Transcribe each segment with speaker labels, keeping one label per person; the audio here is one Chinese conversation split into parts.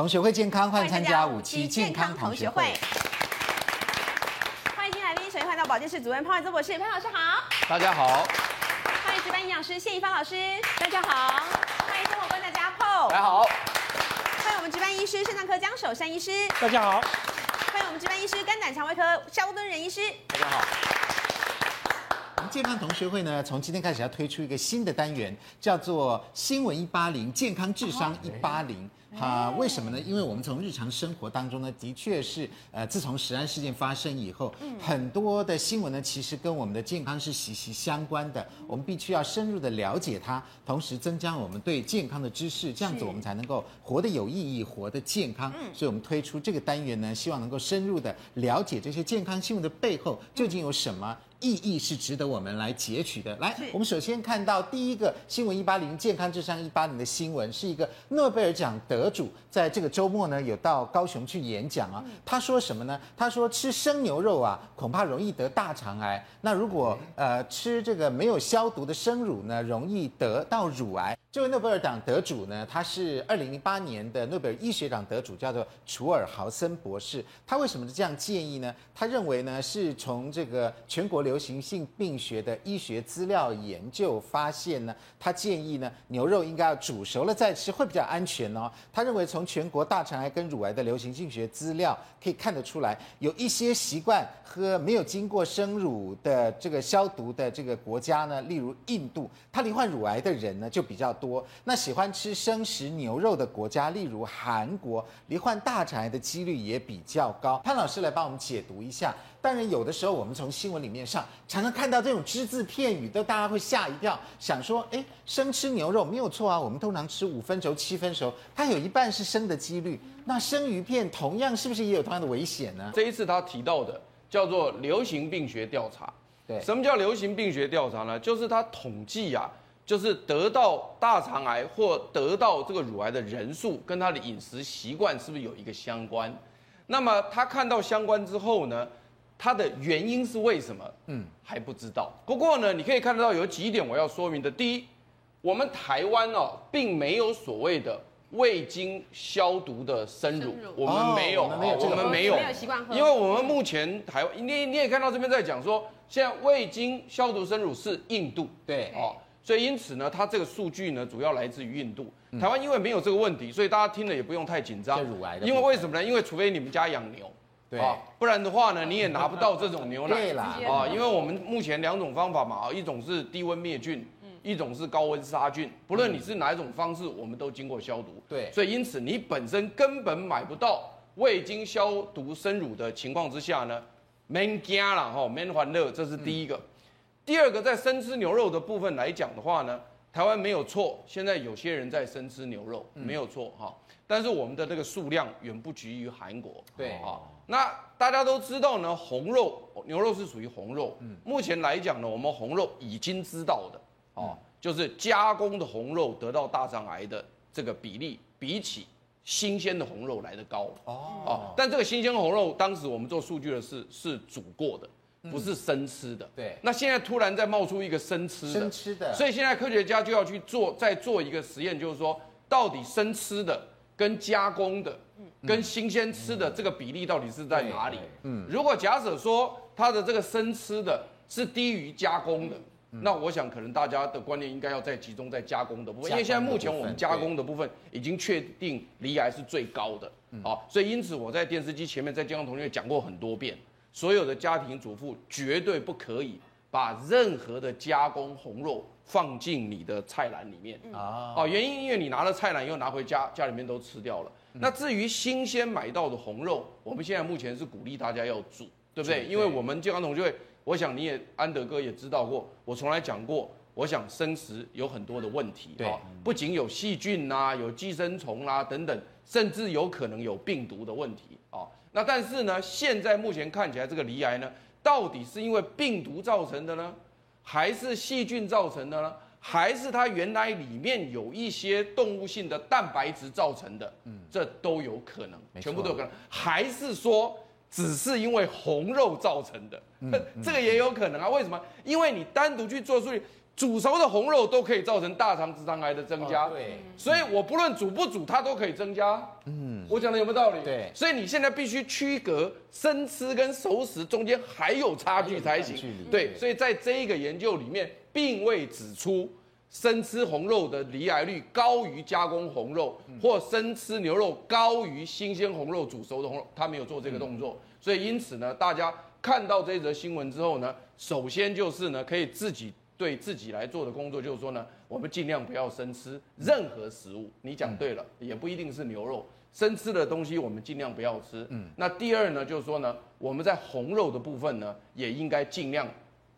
Speaker 1: 同学会健康，欢迎参加五
Speaker 2: 期
Speaker 1: 期健康同学会。。
Speaker 2: 欢迎新来宾，首先欢迎到保健室主任潘伟泽博士，潘老师好。
Speaker 3: 大家好，
Speaker 2: 欢迎值班营养师谢怡芳老师，大家好。欢迎生活观的家寇
Speaker 3: 大，家好，
Speaker 2: 欢迎我们值班医师肾脏科江守山医师，
Speaker 4: 大家好，
Speaker 2: 欢迎我们值班医师肝胆肠胃科肖敦仁医师。
Speaker 3: 大家好。
Speaker 1: 我们健康同学会呢，从今天开始要推出一个新的单元，叫做“新闻一八零健康智商一八零”。哈，为什么呢？因为我们从日常生活当中呢，的确是，呃，自从食安事件发生以后，很多的新闻呢，其实跟我们的健康是息息相关的。我们必须要深入的了解它，同时增加我们对健康的知识，这样子我们才能够活得有意义，活得健康。所以我们推出这个单元呢，希望能够深入的了解这些健康新闻的背后究竟有什么。意义是值得我们来截取的。来
Speaker 2: 是，
Speaker 1: 我们首先看到第一个新闻一八零健康至上一八零的新闻，是一个诺贝尔奖得主在这个周末呢有到高雄去演讲啊。他说什么呢？他说吃生牛肉啊，恐怕容易得大肠癌。那如果呃吃这个没有消毒的生乳呢，容易得到乳癌。这位诺贝尔奖得主呢，他是二零零八年的诺贝尔医学奖得主，叫做楚尔豪森博士。他为什么这样建议呢？他认为呢，是从这个全国流行性病学的医学资料研究发现呢，他建议呢，牛肉应该要煮熟了再吃，会比较安全哦。他认为从全国大肠癌跟乳癌的流行性学资料可以看得出来，有一些习惯喝没有经过生乳的这个消毒的这个国家呢，例如印度，它罹患乳癌的人呢就比较多。那喜欢吃生食牛肉的国家，例如韩国，罹患大肠癌的几率也比较高。潘老师来帮我们解读一下。当然，有的时候我们从新闻里面上常常看到这种只字片语，都大家会吓一跳，想说，哎，生吃牛肉没有错啊，我们通常吃五分熟、七分熟，它有一半是生的几率。那生鱼片同样是不是也有同样的危险呢？
Speaker 3: 这一次他提到的叫做流行病学调查。
Speaker 1: 对
Speaker 3: 什么叫流行病学调查呢？就是他统计啊，就是得到大肠癌或得到这个乳癌的人数跟他的饮食习惯是不是有一个相关？那么他看到相关之后呢，它的原因是为什么？嗯，还不知道。不过呢，你可以看得到有几点我要说明的。第一，我们台湾哦，并没有所谓的未经消毒的生乳
Speaker 2: 生乳，
Speaker 3: 我们没有，
Speaker 1: 哦我们没有这
Speaker 3: 我
Speaker 1: 个
Speaker 3: 们没有，
Speaker 2: 我们没有习惯喝
Speaker 3: 因为我们目前台湾，你你也看到这边在讲说，现在未经消毒生乳是印度，
Speaker 1: 对
Speaker 3: 哦，所以因此呢，它这个数据呢，主要来自于印度。台湾因为没有这个问题，所以大家听了也不用太紧张
Speaker 1: 这。乳癌的部分
Speaker 3: 因为为什么呢？因为除非你们家养牛，
Speaker 1: 对
Speaker 3: 啊不然的话呢，你也拿不到这种牛奶。
Speaker 1: 对啦哦
Speaker 3: 啊，因为我们目前两种方法嘛，啊一种是低温灭菌，一种是高温杀菌。不论你是哪一种方式，我们都经过消毒。
Speaker 1: 对
Speaker 3: 所以因此你本身根本买不到未经消毒生乳的情况之下呢，免惊啦吼，免欢乐，这是第一个。第二个，在生吃牛肉的部分来讲的话呢，台湾没有错，现在有些人在生吃牛肉、没有错哈，但是我们的这个数量远不及于韩国。
Speaker 1: 对
Speaker 3: 啊，那大家都知道呢，红肉牛肉是属于红肉，目前来讲呢，我们红肉已经知道的哦，就是加工的红肉得到大肠癌的这个比例，比起新鲜的红肉来的高。哦
Speaker 1: 哦，，
Speaker 3: 但这个新鲜红肉，当时我们做数据的是是煮过的，不是生吃的。
Speaker 1: 对
Speaker 3: 那现在突然再冒出一个生吃的，
Speaker 1: 生吃的
Speaker 3: 所以现在科学家就要去做，再做一个实验，就是说到底生吃的跟加工的，跟新鲜吃的这个比例到底是在哪里
Speaker 4: 对对？
Speaker 3: 嗯，如果假设说它的这个生吃的是低于加工的。那我想，可能大家的观念应该要再集中在加工的部分，因为现在目前我们加工的部分已经确定离癌是最高的，好，所以因此我在电视机前面在健康同学会讲过很多遍，所有的家庭主妇绝对不可以把任何的加工红肉放进你的菜篮里面
Speaker 1: 啊
Speaker 3: 啊、哦，原因因为你拿了菜篮以后拿回家，家里面都吃掉了。那至于新鲜买到的红肉，我们现在目前是鼓励大家要煮，对不对？因为我们健康同学会，我想你也安德哥也知道过，我从来讲过。我想生食有很多的问题，
Speaker 1: 对
Speaker 3: 哦不仅有细菌啦、有寄生虫啦、等等，甚至有可能有病毒的问题啊、哦那但是呢，现在目前看起来这个离癌呢，到底是因为病毒造成的呢，还是细菌造成的呢？还是它原来里面有一些动物性的蛋白质造成的？嗯，这都有可能，
Speaker 1: 没错
Speaker 3: 全部都有可能。还是说只是因为
Speaker 1: 嗯
Speaker 3: 红肉造成的？这个也有可能啊？为什么？因为你单独去做数据，煮熟的红肉都可以造成大肠直肠癌的增加。
Speaker 1: 哦对，
Speaker 3: 所以我不论煮不煮，它都可以增加。嗯，我讲的有没有道理？
Speaker 1: 对
Speaker 3: 所以你现在必须区隔生吃跟熟食中间还有差距才行
Speaker 1: 还有一段距离。
Speaker 3: 对，所以在这一个研究里面，并未指出生吃红肉的罹癌率高于加工红肉，或生吃牛肉高于新鲜红肉煮熟的红肉，他没有做这个动作。所以因此呢，大家看到这则新闻之后呢，首先就是呢，可以自己对自己来做的工作，就是说呢，我们尽量不要生吃任何食物。你讲对了，也不一定是牛肉。生吃的东西我们尽量不要吃。嗯，那第二呢，就是说呢，我们在红肉的部分呢，也应该尽量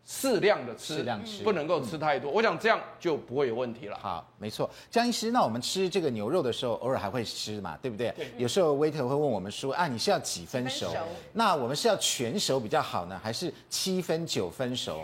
Speaker 3: 适量的吃，
Speaker 1: 适量吃嗯
Speaker 3: 不能够吃太多。我想这样就不会有问题了。
Speaker 1: 好，没错，江医师，那我们吃这个牛肉的时候，偶尔还会吃嘛，对不对？有时候 waiter 会问我们说，啊，你是要几分熟？
Speaker 2: 几分熟
Speaker 1: 那我们是要全熟比较好呢，还是七分九分熟？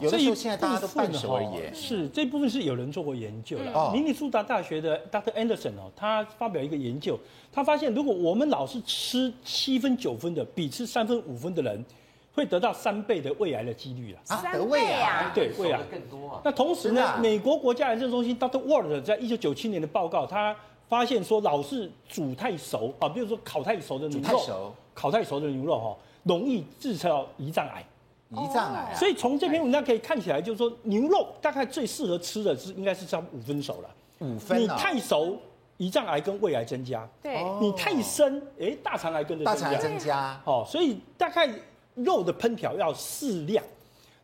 Speaker 1: 有的
Speaker 4: 这
Speaker 1: 时
Speaker 4: 一
Speaker 1: 候现在大家都半熟而已。
Speaker 4: 是这部分是有人做过研究
Speaker 1: 嗯哦
Speaker 4: 了。明尼苏达大学的 Dr. Anderson 哦，他发表一个研究，他发现如果我们老是吃七分九分的，比吃三分五分的人，会得到三倍的胃癌的几率啦。
Speaker 1: 啊
Speaker 2: 三
Speaker 1: 得胃
Speaker 2: 倍
Speaker 1: 啊
Speaker 2: 啊
Speaker 4: 对，胃癌
Speaker 5: 更多啊。
Speaker 4: 那同时
Speaker 1: 真的
Speaker 4: 呢
Speaker 1: 啊，
Speaker 4: 美国国家癌症中心 Dr. Ward 在一九九七年的报告，他发现说，老是煮太熟啊，比如说烤太熟的牛
Speaker 1: 煮
Speaker 4: 肉，
Speaker 1: 太熟
Speaker 4: 烤太熟的牛肉哈、哦，容易制造胰脏癌。
Speaker 1: 胰脏癌、啊，
Speaker 4: 所以从这篇文章可以看起来，就是说牛肉大概最适合吃的是应该是差不多五分熟了。
Speaker 1: 五分
Speaker 4: 你
Speaker 1: 哦
Speaker 4: 太熟，胰脏癌跟胃癌增加；
Speaker 2: 对，
Speaker 1: 哦
Speaker 4: 你太深，哎，大肠癌跟着
Speaker 1: 大
Speaker 4: 增
Speaker 1: 肠癌
Speaker 4: 加。
Speaker 1: 增加，
Speaker 4: 哦，所以大概肉的烹调要适量。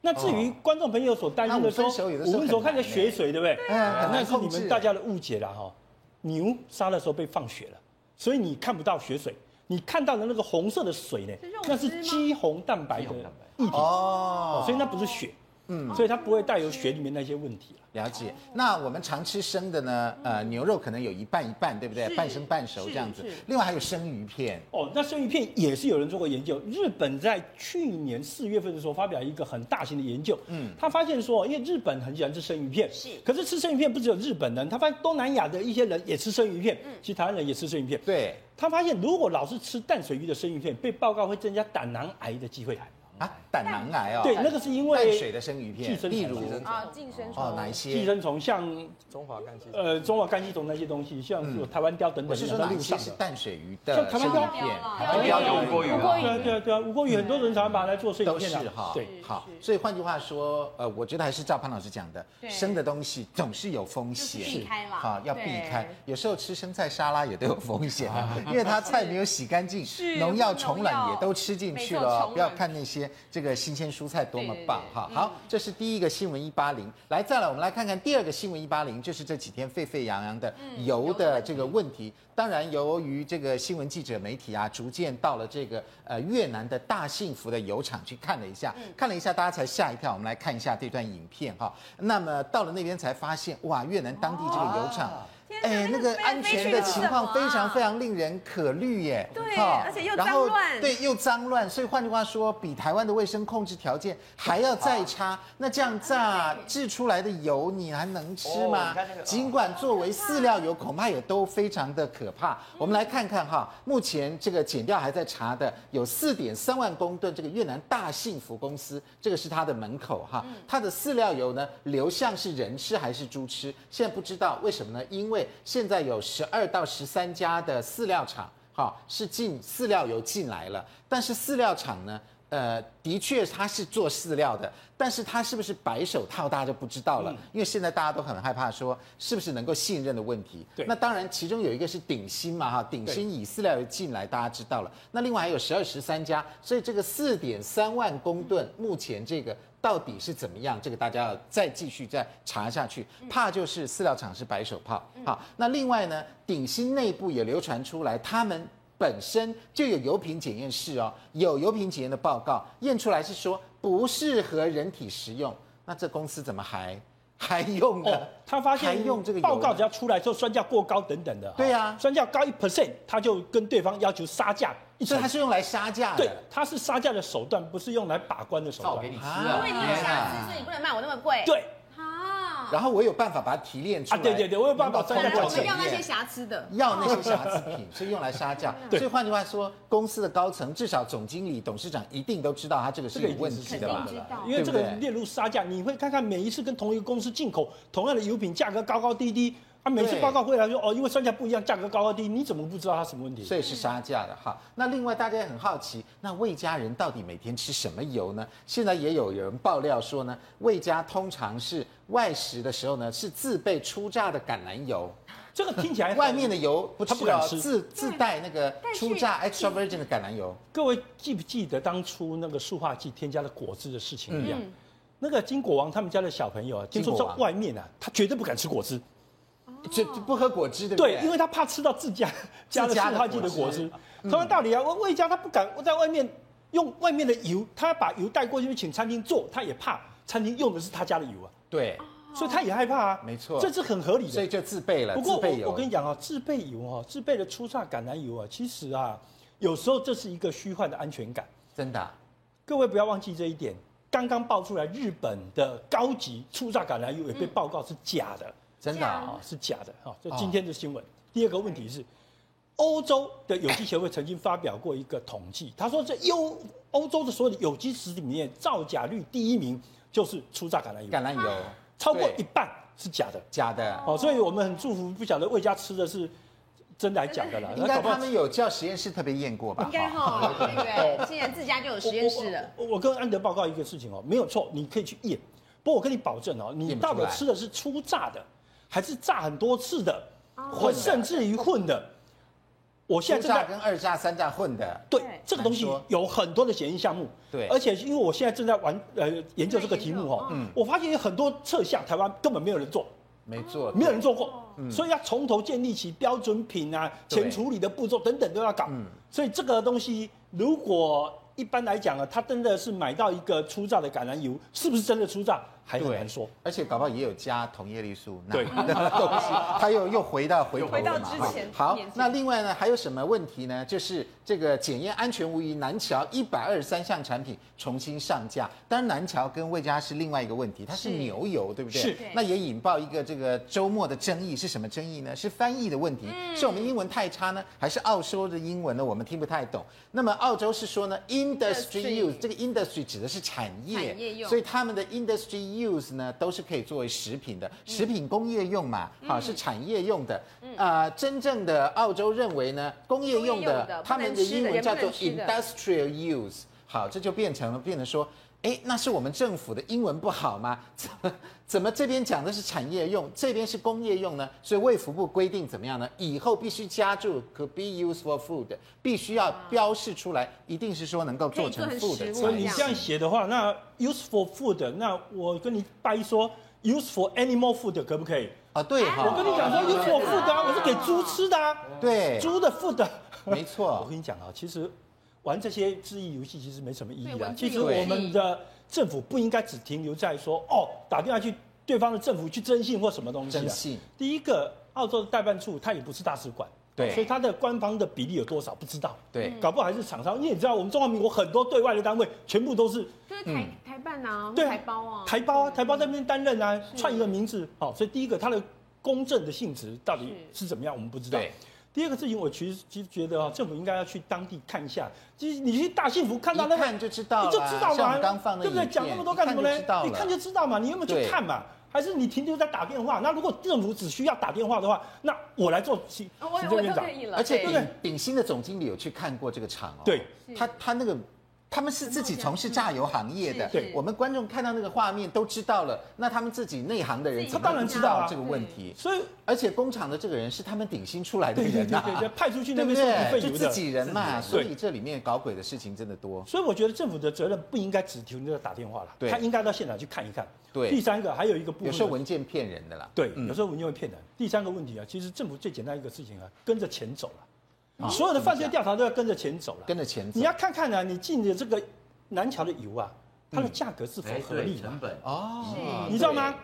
Speaker 4: 那至于观众朋友所担心
Speaker 1: 哦那
Speaker 4: 的说
Speaker 1: 五分熟有的时候，
Speaker 4: 分熟看起来血水对不对？
Speaker 1: 哎很
Speaker 4: 那
Speaker 1: 难
Speaker 4: 是
Speaker 1: 控
Speaker 4: 你
Speaker 1: 制。
Speaker 4: 们大家的误解了哈。牛杀的时候被放血了，所以你看不到血水，你看到的那个红色的水呢
Speaker 2: 是肉，
Speaker 4: 那是
Speaker 2: 汁吗
Speaker 4: 肌红蛋白的
Speaker 5: 肌红蛋白
Speaker 4: 液体。
Speaker 1: 哦
Speaker 4: 哦，所以那不是血，嗯，所以它不会带有血里面那些问题了。
Speaker 1: 了解。那我们常吃生的呢，呃，牛肉可能有一半一半，对不对
Speaker 2: 是？
Speaker 1: 半生半熟
Speaker 2: 是
Speaker 1: 这样子
Speaker 2: 是。
Speaker 1: 另外还有生鱼片，
Speaker 4: 哦，那生鱼片也是有人做过研究。日本在去年四月份的时候发表一个很大型的研究，嗯，他发现说，因为日本很喜欢吃生鱼片，
Speaker 2: 是
Speaker 4: 可是吃生鱼片不只有日本人，他发现东南亚的一些人也吃生鱼片，
Speaker 1: 嗯
Speaker 4: 其实台湾人也吃生鱼片。
Speaker 1: 对
Speaker 4: 他发现如果老是吃淡水鱼的生鱼片，被报告会增加胆囊癌的机会。
Speaker 1: 啊，胆囊癌哦，
Speaker 4: 对，那个是因
Speaker 1: 淡水
Speaker 4: 为
Speaker 1: 的生鱼片
Speaker 4: 寄，生
Speaker 1: 例
Speaker 4: 虫
Speaker 1: 如
Speaker 4: 寄生虫
Speaker 2: 啊，晋升
Speaker 1: 哦哪一
Speaker 4: 寄
Speaker 1: 些？
Speaker 4: 生虫，像
Speaker 5: 中华干系
Speaker 4: 呃中华肝系虫那些东西，像是有台湾雕等
Speaker 1: 嗯我
Speaker 4: 等，
Speaker 1: 是说
Speaker 4: 都在
Speaker 1: 哪
Speaker 4: 路
Speaker 1: 一些
Speaker 4: 上
Speaker 1: 是
Speaker 4: 的。
Speaker 1: 淡水鱼的
Speaker 4: 像台
Speaker 1: 生鱼
Speaker 4: 湾标
Speaker 1: 片？
Speaker 2: 标
Speaker 1: 台湾标标
Speaker 5: 标标标
Speaker 1: 标
Speaker 5: 标
Speaker 4: 对啊对啊对啊，吴锅鱼很多人常把它来做生
Speaker 1: 都
Speaker 4: 鱼片
Speaker 1: 是
Speaker 4: 啊
Speaker 1: 哈
Speaker 4: 对，
Speaker 1: 好，
Speaker 2: 是
Speaker 1: 所以换句话说，呃，我觉得还是照潘老师讲的，
Speaker 2: 对
Speaker 1: 生的东西总是有风险，
Speaker 2: 就是避开啦
Speaker 1: 好，要避
Speaker 2: 对
Speaker 1: 开。有时候吃生菜沙拉也都有风险啊，因为它菜没有洗干净
Speaker 2: 是，
Speaker 1: 农药、虫
Speaker 2: 农
Speaker 1: 卵
Speaker 2: 药
Speaker 1: 也都吃进去
Speaker 2: 没错
Speaker 1: 了哦。
Speaker 2: 虫
Speaker 1: 不要
Speaker 2: 卵
Speaker 1: 看那些这个新鲜蔬菜多么棒
Speaker 2: 对
Speaker 1: 哈。好，这是第一个新闻一八零。来，再来我们来看看第二个新闻一八零，就是这几天沸沸扬扬的油
Speaker 2: 油的
Speaker 1: 的这个问题。当然，由于这个新闻记者媒体啊，逐渐到了这个呃越南的大幸福的油厂去看了一下，看了一下，大家才吓一跳。我们来看一下这段影片哈。那么到了那边才发现，哇，越南当地这个油厂。
Speaker 2: 天哪
Speaker 1: 哎，
Speaker 2: 那
Speaker 1: 那
Speaker 2: 个飞
Speaker 1: 个
Speaker 2: 来
Speaker 1: 安
Speaker 2: 飞
Speaker 1: 全
Speaker 2: 去
Speaker 1: 的
Speaker 2: 的
Speaker 1: 情
Speaker 2: 是什
Speaker 1: 况
Speaker 2: 么
Speaker 1: 非
Speaker 2: 啊
Speaker 1: 常非常令人可虑耶。
Speaker 2: 对
Speaker 1: 哈
Speaker 2: 而且又
Speaker 1: 然后
Speaker 2: 脏乱
Speaker 1: 对，又脏乱，所以换句话说，比台湾的卫生控制条件还要再差。那这样榨制出来的油，你还能吃
Speaker 5: 哦
Speaker 1: 吗
Speaker 5: 你看那个？
Speaker 1: 尽管作为饲料油，恐怕也都非常的可怕。我们来看看哈，目前这个检调还在查的有四点三万公吨，这个越南大幸福公司，这个是它的门口哈，它的饲料油呢流向是人吃还是猪吃？现在不知道为什么呢？因为现在有十二到十三家的饲料厂。好，是进饲料油进来了，但是饲料厂呢，呃，的确它是做饲料的，但是它是不是白手套大家就不知道了，因为现在大家都很害怕说是不是能够信任的问题。
Speaker 4: 对
Speaker 1: 那当然其中有一个是鼎新嘛哈，鼎新以饲料油进来，大家知道了。那另外还有十二十三家，所以这个四点三万公吨，目前这个到底是怎么样？这个大家要再继续再查下去，怕就是饲料厂是白手套。好，那另外呢，鼎新内部也流传出来，他们。本身就有油品检验室哦，有油品检验的报告验出来是说不适合人体食用，那这公司怎么还 还用呢？
Speaker 4: 哦，他发
Speaker 1: 还
Speaker 4: 现
Speaker 1: 用这个油呢
Speaker 4: 报告只要出来之后，酸价过高等等的，
Speaker 1: 对啊
Speaker 4: 酸价高一 percent，他就跟对方要求杀价一
Speaker 1: 所
Speaker 4: 成
Speaker 1: 以它，是用来杀价的。
Speaker 4: 对，他是杀价的手段，不是用来把关的手
Speaker 5: 照
Speaker 4: 段
Speaker 5: 给。你吃
Speaker 1: 啊
Speaker 5: 啊
Speaker 2: 因为你有瑕疵，所以你不能卖我那么贵。
Speaker 4: 对，
Speaker 2: 啊，啊
Speaker 1: 然后我有办法把它提炼出来。
Speaker 4: 啊对对对我有办法
Speaker 1: 能
Speaker 4: 专
Speaker 1: 够
Speaker 4: 家
Speaker 2: 本
Speaker 1: 通
Speaker 2: 来
Speaker 1: 过
Speaker 2: 我
Speaker 1: 检
Speaker 2: 们
Speaker 1: 验
Speaker 2: 要那些瑕疵的，
Speaker 1: 要那些瑕疵 品，是用来杀价。
Speaker 4: 对
Speaker 1: 所以换句话说，公司的高层至少总经理、董事长一定都知道他这个是
Speaker 4: 这个
Speaker 1: 有
Speaker 4: 一定
Speaker 1: 问
Speaker 4: 是
Speaker 1: 题
Speaker 2: 知
Speaker 1: 的
Speaker 2: 道
Speaker 1: 吧
Speaker 2: 肯？定知道
Speaker 4: 因为这个
Speaker 1: 对不对
Speaker 4: 列入杀价，你会看看每一次跟同一个公司进口同样的油品，价格高高低低。啊，每次
Speaker 1: 对
Speaker 4: 报告会来说，哦，因为算起来不一样，价格高高低，你怎么不知道它什么问题？
Speaker 1: 所以是杀价的哈。那另外大家也很好奇，那魏家人到底每天吃什么油呢？现在也有人爆料说呢，魏家通常是外食的时候呢，是自备初榨的橄榄油，
Speaker 4: 这个听起来
Speaker 1: 外面的油不吃、
Speaker 4: 哎他
Speaker 1: 哦，
Speaker 4: 不敢吃
Speaker 1: 自自带那个
Speaker 2: 但是
Speaker 1: 初榨 extra virgin 的橄榄油。
Speaker 4: 各位记不记得当初那个塑化剂添加了果汁的事情一样？
Speaker 3: 嗯
Speaker 4: 那个金果王他们家的小朋友啊，听说
Speaker 1: 嗯金
Speaker 4: 在
Speaker 1: 果王
Speaker 4: 外面啊，他绝对不敢吃果汁，
Speaker 2: 哦
Speaker 1: 就就不喝果汁，对不对？
Speaker 4: 对，因为他怕吃到 自家加
Speaker 1: 自
Speaker 4: 了
Speaker 1: 家的
Speaker 4: 塑化剂的
Speaker 1: 果
Speaker 4: 果
Speaker 1: 汁嗯
Speaker 4: 汁。同样道理啊，魏魏家他不敢在外面用外面的油，他把油带过去请餐厅做，他也怕餐厅用的是他家的油啊，
Speaker 1: 对，
Speaker 4: 所以他也害怕啊。
Speaker 1: 哦没错
Speaker 4: 这是很合理
Speaker 1: 所以
Speaker 4: 的。
Speaker 1: 就自备了。
Speaker 4: 不过
Speaker 1: 自备
Speaker 4: 我
Speaker 1: 油
Speaker 4: 我跟你讲啊，自备油啊，自备的初榨橄榄油啊，其实啊，有时候这是一个虚幻的安全感。
Speaker 1: 真的啊、
Speaker 4: 各位不要忘记这一点。刚刚爆出来，日本的高级初榨橄榄油也被报告是假的
Speaker 1: 真的、
Speaker 4: 啊、
Speaker 1: 啊。
Speaker 4: 是假的啊、这
Speaker 1: 哦
Speaker 4: 今天的新闻。第二个问题是，欧洲的有机协会曾经发表过一个统计，他说这优欧洲的所有的有机食品里面，造假率第一名就是初榨橄榄油，
Speaker 1: 橄榄油
Speaker 4: 超过
Speaker 1: 对
Speaker 4: 一半是假的。
Speaker 1: 假的。
Speaker 4: 哦，所以我们很祝福，不晓得魏家吃的是真来假的啦。
Speaker 1: 应
Speaker 4: 那
Speaker 1: 该
Speaker 4: 搞不好
Speaker 1: 他们有叫实验室特别验过吧？
Speaker 2: 应该哈，对不对？现在自家就有实验室了。
Speaker 4: 我我我跟安德报告一个事情哦，没有错，你可以去验。不过我跟你保证哦，你
Speaker 1: 验不出
Speaker 4: 到
Speaker 1: 来
Speaker 4: 底吃的是初榨的，还是榨很多次的，
Speaker 1: 混
Speaker 2: 哦
Speaker 4: 或
Speaker 1: 的
Speaker 4: 甚至于混的？我现
Speaker 1: 现
Speaker 4: 在
Speaker 1: 在
Speaker 4: 正在
Speaker 1: 跟二炸、三炸混的，
Speaker 4: 对
Speaker 2: 对
Speaker 4: 这个东西
Speaker 1: 难说
Speaker 4: 有很多的检验项目，
Speaker 1: 对
Speaker 4: 而且因为我现在正在玩呃研究这个题目哦，
Speaker 2: 嗯
Speaker 4: 我发现有很多测项台湾根本没有人做，
Speaker 1: 没做，
Speaker 4: 没有人做过，所以要从头建立起标准品啊、
Speaker 1: 对
Speaker 4: 前处理的步骤等等都要搞。所以这个东西，如果一般来讲啊，他真的是买到一个初榨的橄榄油，是不是真的初榨还很难说。
Speaker 1: 而且搞不好也有加同叶绿素钠
Speaker 4: 对
Speaker 1: 的东西，它又又回到回头
Speaker 2: 回到
Speaker 1: 了嘛
Speaker 2: 之
Speaker 1: 哈
Speaker 2: 前
Speaker 1: 好
Speaker 2: 年，纪
Speaker 1: 那另外呢还有什么问题呢？就是这个检验安全无虞，南桥一百二十三项产品重新上架。当然，南桥跟魏家是另外一个问题，它是
Speaker 2: 是
Speaker 1: 牛油，对不对？
Speaker 4: 是
Speaker 2: 对
Speaker 1: 那也引爆一个这个周末的争议是什么争议呢？是翻译的问题，
Speaker 2: 嗯
Speaker 1: 是我们英文太差呢，还是澳洲的英文呢我们听不太懂？那么澳洲是说呢 industry
Speaker 2: Industry
Speaker 1: use 这个 industry 指的是产业，
Speaker 2: 产业用
Speaker 1: 所以他们的 industry use 呢，都是可以作为食品的，食品工业用嘛，
Speaker 2: 嗯
Speaker 1: 好、是产业用的。啊，真正的澳洲认为呢，工业用
Speaker 2: 工业用
Speaker 1: 的
Speaker 2: 的
Speaker 1: 他们的英文叫做
Speaker 2: 不能吃的也不
Speaker 1: industrial use，好，这就变成了变成说。哎，那是我们政府的英文不好吗？ 怎么怎么这边讲的是产业用，这边是工业用呢？所以卫福部规定怎么样呢？以后必须加注 could be used for food，必须要标示出来，一定是说能够做成
Speaker 2: 可以做
Speaker 1: food
Speaker 2: 成
Speaker 1: 的
Speaker 2: 食物
Speaker 1: 才
Speaker 2: 所
Speaker 4: 所以
Speaker 2: 以
Speaker 4: 你
Speaker 1: 行。
Speaker 4: 这样写的话，那 useful food，那我跟你大一说 useful animal food 可不可以？
Speaker 1: 啊，对哈，
Speaker 4: 我跟你讲说 useful food 啊，我是给猪吃的啊，
Speaker 1: 对，
Speaker 4: 猪的 food 啊。
Speaker 1: 哎 没错
Speaker 4: 我跟你讲啊，其实玩这些字义游戏其实没什么意义
Speaker 2: 对
Speaker 4: 啊。
Speaker 2: 文字
Speaker 4: 其
Speaker 2: 游戏
Speaker 4: 实我们的政府不应该只停留在说哦，打电话去对方的政府去征信或什么东西、啊。
Speaker 1: 征信。
Speaker 4: 第一个，澳洲的代办处它也不是大使馆。
Speaker 1: 对
Speaker 4: 所以它的官方的比例有多少不知道，
Speaker 1: 对
Speaker 4: 搞不好还是厂商，因为你知道我们中华民国很多对外的单位全部都是
Speaker 2: 就是台台办啊，
Speaker 4: 对啊
Speaker 2: 台胞啊，
Speaker 4: 台胞啊，台胞在那边担任啊，串一个名字，好、所以第一个它的公正的性质到底是怎么样，我们不知道
Speaker 1: 对。
Speaker 4: 第二个事情，我其实其实觉得
Speaker 2: 嗯
Speaker 4: 啊，政府应该要去当地看一下，就是你去大幸福看到那
Speaker 1: 一
Speaker 4: 个，
Speaker 1: 看就知道了啊
Speaker 4: 你就知
Speaker 1: 像
Speaker 4: 道
Speaker 1: 我
Speaker 4: 嘛，
Speaker 1: 们刚放的
Speaker 4: 对不对？
Speaker 1: 影片
Speaker 4: 讲那么多干什么呢
Speaker 1: 一看就知道？了
Speaker 4: 你看就知道嘛，你有没有去
Speaker 1: 对
Speaker 4: 看嘛？还是你停留在打电话？那如果政府只需要打电话的话，那我来做行
Speaker 2: 哦，我
Speaker 4: 行
Speaker 2: 我
Speaker 4: 政
Speaker 2: 都
Speaker 4: 院长
Speaker 2: 可。以了，
Speaker 1: 而且
Speaker 2: 对
Speaker 4: 对
Speaker 1: 鼎鼎新的总经理有去看过这个厂哦，
Speaker 4: 对，
Speaker 1: 他他那个。他们是自嗯己从事榨油行业的，
Speaker 2: 是是
Speaker 1: 我们观众看到那个画面都知道了，那他们自己内行的人
Speaker 2: 自己
Speaker 1: 怎么会
Speaker 4: 他当然
Speaker 1: 知
Speaker 4: 知道
Speaker 1: 道
Speaker 4: 啊
Speaker 1: 这个问题？
Speaker 4: 所以
Speaker 1: 而且工厂的这个人是他们鼎新出来的
Speaker 4: 对对
Speaker 1: 人
Speaker 4: 对
Speaker 1: 呐，
Speaker 4: 对对，派出去
Speaker 1: 对
Speaker 4: 那
Speaker 1: 不
Speaker 4: 边收
Speaker 1: 对？
Speaker 4: 集废
Speaker 1: 就
Speaker 4: 油
Speaker 1: 自
Speaker 4: 的，
Speaker 1: 己人嘛，
Speaker 4: 己
Speaker 1: 所
Speaker 4: 人
Speaker 1: 以这里面搞鬼的事情真的多。
Speaker 4: 所以我觉得政府的责任不应该只停留在打电话了，
Speaker 1: 对
Speaker 4: 他应该到现场去看一看。
Speaker 1: 对
Speaker 4: 第三个还有一个部分
Speaker 1: 有
Speaker 4: 呢，
Speaker 1: 时候嗯文件骗人的啦，
Speaker 4: 对，有时候文件会骗人。第三个问题啊，其实政府最简单一个事情啊，跟着钱走了，所有的犯罪调查都要跟着钱走了。
Speaker 1: 啊跟着钱走
Speaker 4: 你。要看看呢，你进的这个南桥的油啊，
Speaker 1: 嗯
Speaker 4: 它的价格是否
Speaker 5: 哎，
Speaker 4: 合
Speaker 5: 对，
Speaker 4: 理的
Speaker 5: 成？本
Speaker 1: 哦
Speaker 4: 你知道吗？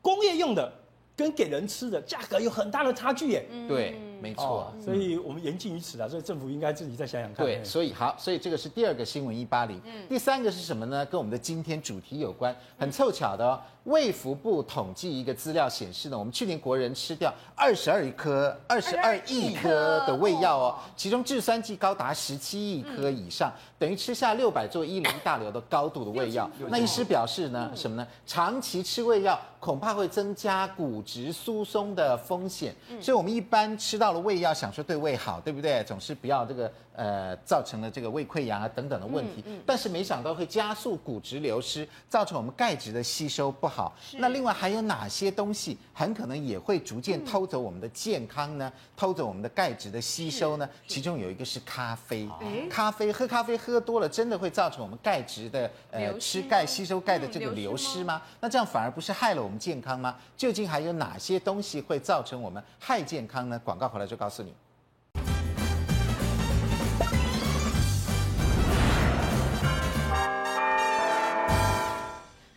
Speaker 4: 工业用的跟给人吃的价格有很大的差距耶。
Speaker 1: 对，嗯没错。
Speaker 4: 哦所以我们言尽于此啊，所以政府应该自己再想想看。
Speaker 1: 对，
Speaker 4: 哎
Speaker 1: 所以好，所以这个是第二个新闻一八零。第三个是什么呢？跟我们的今天主题有关，很凑巧的哦。卫福部统计一个资料显示呢，我们去年国人吃掉二十二颗、二十二亿颗的胃药哦，其中制酸剂高达十七亿颗以上，等于吃下六百座一零一大楼的高度的胃药。那医师表示呢，什么呢？长期吃胃药恐怕会增加骨质疏松的风险，所以我们一般吃到了胃药，想说对胃好，对不对？总是不要这个呃造成了这个胃溃疡啊等等的问题，
Speaker 2: 嗯
Speaker 1: 但是没想到会加速骨质流失，造成我们钙质的吸收不好。那另外还有哪些东西很可能也会逐
Speaker 2: 嗯
Speaker 1: 渐偷走我们的健康呢？偷走我们的钙质的吸收呢？其中有一个是咖啡，
Speaker 2: 哎
Speaker 1: 咖啡喝咖啡喝多了，真的会造成我们钙质的呃
Speaker 2: 流失
Speaker 1: 吃
Speaker 2: 吗
Speaker 1: 钙吸收钙的
Speaker 2: 嗯
Speaker 1: 这个
Speaker 2: 流
Speaker 1: 流
Speaker 2: 失吗
Speaker 1: 失吗？那这样反而不是害了我们健康吗？究竟还有哪些东西会造成我们害健康呢？广告回来就告诉你。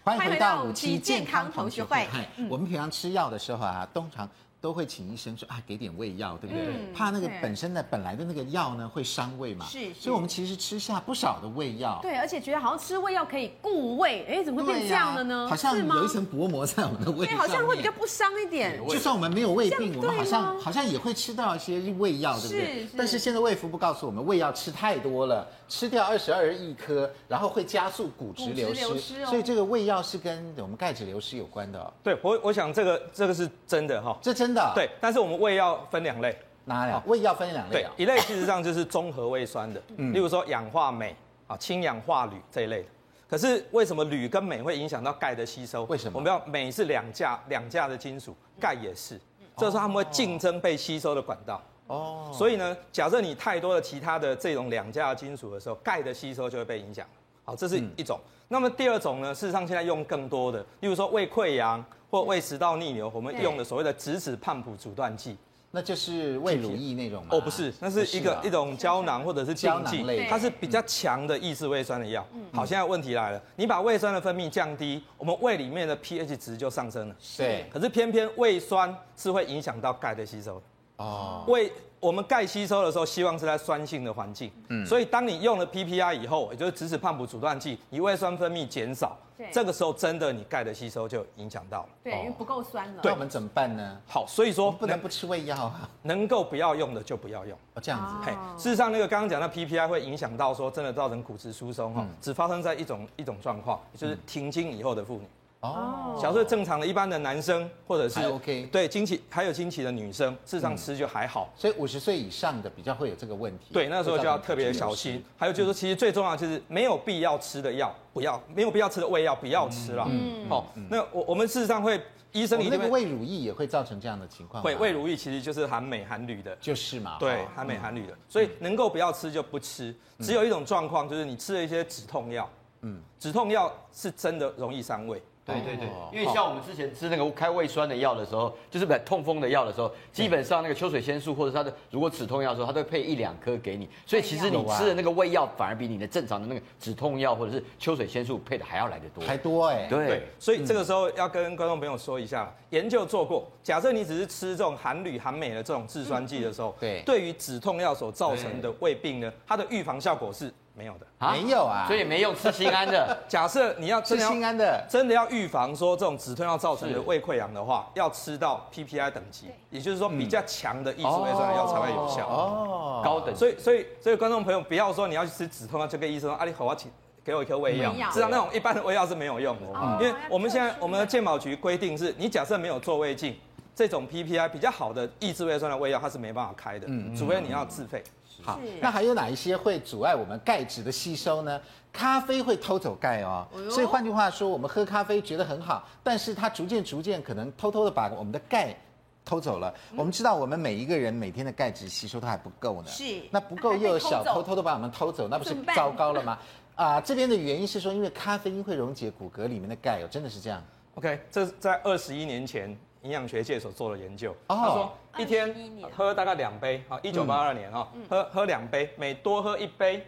Speaker 1: 欢迎回到五期健康同学会。嗨
Speaker 2: 嗯
Speaker 1: 我们平常吃药的时候啊，通常都会请医生说啊，给点胃药，对不对？
Speaker 2: 嗯
Speaker 1: 怕那个
Speaker 2: 对
Speaker 1: 本身的本来的那个药呢会伤胃嘛。
Speaker 2: 是是
Speaker 1: 所以我们其实吃下不少的胃药。
Speaker 2: 对，而且觉得好像吃胃药可以固胃，哎，怎么会变
Speaker 1: 对
Speaker 2: 这
Speaker 1: 呀
Speaker 2: 样了呢？
Speaker 1: 好像
Speaker 2: 是吗
Speaker 1: 有一层薄膜在我们的胃
Speaker 2: 对，
Speaker 1: 上
Speaker 2: 好像会比
Speaker 1: 面
Speaker 2: 较不伤一点。
Speaker 1: 就算我们没有胃
Speaker 2: 这
Speaker 1: 病，
Speaker 2: 样
Speaker 1: 我们好
Speaker 2: 对
Speaker 1: 像
Speaker 2: 吗
Speaker 1: 好像也会吃到一些胃药，对不对？
Speaker 2: 是是
Speaker 1: 但是现在胃福部告诉我们，胃药吃太多了，吃掉二十二亿颗，然后会加速骨质流
Speaker 2: 骨质
Speaker 1: 失，
Speaker 2: 流失哦
Speaker 1: 所以这个胃药是跟我们钙质流失有关的哦、
Speaker 5: 对我，我想这个这个是真的哈。
Speaker 1: 这真的、，哦
Speaker 5: 对，但是我们胃药分两类，
Speaker 1: 哪
Speaker 5: 好
Speaker 1: 两胃药分两类
Speaker 5: 对
Speaker 1: 啊，？
Speaker 5: 一类事实上就是综合胃酸的，
Speaker 1: 嗯
Speaker 5: 例如说氧化镁啊、氢氧化铝这一类的。可是为什么铝跟镁会影响到钙的吸收？
Speaker 1: 为什么
Speaker 5: 我们要镁是两价两价的金属，钙也是，
Speaker 1: 嗯
Speaker 5: 这时候它们会竞争被吸收的管道。
Speaker 1: 哦，
Speaker 5: 所以呢，假设你太多的其他的这种两价金属的时候，钙的吸收就会被影响。好，这是
Speaker 1: 嗯
Speaker 5: 一种。那么第二种呢，事实上现在用更多的，例如说胃溃疡或胃食道逆流，我们
Speaker 2: 对
Speaker 5: 用的所谓的质子胖普阻断剂。
Speaker 1: 那就是胃乳液那种吗？
Speaker 5: 哦，不是，那是一个
Speaker 1: 不啊
Speaker 5: 一种胶囊或者是
Speaker 1: 胶
Speaker 5: 定
Speaker 1: 囊
Speaker 5: 剂
Speaker 1: 类的，
Speaker 5: 它是比较强的抑制胃酸的药。好，现在问题来了，你把胃酸的分泌降低，我们胃里面的 pH 值就上升了。
Speaker 1: 对
Speaker 5: 可是偏偏胃酸是会影响到钙的吸收的。
Speaker 1: 哦，
Speaker 5: 胃我们钙吸收的时候，希望是在酸性的环境，
Speaker 1: 嗯
Speaker 5: 所以当你用了 PPI 以后，也就是质子胖补阻断剂，你胃酸分泌减少
Speaker 2: 对，
Speaker 5: 这个时候真的你钙的吸收就影响到了。
Speaker 2: 对，因为不够酸了。
Speaker 1: 那我们怎么办呢？
Speaker 5: 好，所以
Speaker 1: 我
Speaker 5: 说
Speaker 1: 们不能不吃胃药啊，
Speaker 5: 能能够不要用的就不要用。
Speaker 1: 哦这样子。
Speaker 5: 嘿，事实上，那个刚刚讲到 PPI 会影响到说真的造成骨质疏松
Speaker 1: 嗯
Speaker 5: 哈、只发生在一种一种状况，也就是停经以后的妇女。
Speaker 1: 哦，
Speaker 5: 假设正常的一般的男生或者是
Speaker 1: 还 OK 嗯
Speaker 5: 对经期还有经期的女生，事实上吃就还好。
Speaker 1: 所以五十岁以上的比较会有这个问题。
Speaker 5: 对，那时候就要特别
Speaker 1: 会造成
Speaker 5: 小
Speaker 1: 骨质流失
Speaker 5: 心。还有就是说，其实最重要的就是没有必要吃的药不要，没有必要吃的胃药不要吃了。嗯，好，那我我们事实上会，医生
Speaker 1: 我
Speaker 5: 一
Speaker 1: 们那
Speaker 5: 定
Speaker 1: 个
Speaker 5: 会
Speaker 1: 胃啊乳液也会造成这样的情况吗，
Speaker 5: 会胃乳液其实就是含镁含铝的。
Speaker 1: 就是嘛，
Speaker 5: 对
Speaker 1: 哦，
Speaker 5: 含镁含铝的，所以能够不要吃就不吃。
Speaker 1: 嗯
Speaker 5: 只有一种状况就是你吃了一些止痛药，嗯，止痛药是真的容易伤胃。
Speaker 6: 对对对，
Speaker 3: 哦
Speaker 6: 因为像我们之前吃那个开胃酸的药的时候，就是本来痛风的药的时候，基本上那个秋水仙素或者它的如果止痛药的时候，它都会配一两颗给你，所以其实你吃的那个胃药反而比你的正常的那个止痛药或者是秋水仙素配的还要来得多。
Speaker 1: 还多哎、
Speaker 6: 对，
Speaker 5: 所以这个时候要跟观众朋友说一下，研究做过，假设你只是吃这种含铝、含镁的这种制酸剂的时候，
Speaker 1: 嗯对
Speaker 5: 对于止痛药所造成的胃病呢，它的预防效果是没有的。
Speaker 6: 啊
Speaker 1: 没有啊，
Speaker 6: 所以没用吃心安的。
Speaker 5: 假设你要真
Speaker 1: 是
Speaker 5: 的
Speaker 1: 心
Speaker 5: 要
Speaker 1: 安的。
Speaker 5: 真的要预防说这种止痛药造成的胃溃疡的话，要吃到 PPI 等级，也就是说比较强的抑 E 制胃酸的药才会有效。
Speaker 1: 哦，
Speaker 6: 高等
Speaker 5: 所以，所以，所以观众朋友不要说你要去吃止痛药，就跟医生说啊，你好，我请给我一颗胃药
Speaker 2: 胃药。
Speaker 5: 实际上，那种一般的胃药是没有用的，
Speaker 2: 哦
Speaker 5: 因为我们现
Speaker 2: 要
Speaker 5: 在
Speaker 2: 特殊的
Speaker 5: 我们的健保局规定是，你假设没有做胃镜，这种 PPI 比较好的抑制胃酸的胃药，它是没办法开的，除非你要自费。
Speaker 1: 好
Speaker 2: 是，
Speaker 1: 那还有哪一些会阻碍我们钙质的吸收呢？咖啡会偷走钙哦
Speaker 2: 哎，呦
Speaker 1: 所以换句话说，我们喝咖啡觉得很好，但是它逐渐逐渐可能偷偷的把我们的钙。偷走了。
Speaker 2: 嗯
Speaker 1: 我们知道，我们每一个人每天的钙质吸收都还不够呢。
Speaker 2: 是啊
Speaker 1: 那不够
Speaker 2: 还被
Speaker 1: 又有
Speaker 2: 偷
Speaker 1: 小
Speaker 2: 走
Speaker 1: 偷偷的把我们偷走，那不是
Speaker 2: 怎么办
Speaker 1: 糟糕 了吗？啊，这边的原因是说，因为咖啡因会溶解骨骼里面的钙哦，真的是这样。
Speaker 5: OK，这是在二十一年前营养学界所做的研究。
Speaker 1: 哦
Speaker 5: 他说一天
Speaker 2: 21年嗯
Speaker 5: 喝大概两杯，啊，一九八二年啊，喝喝两杯，每多喝一杯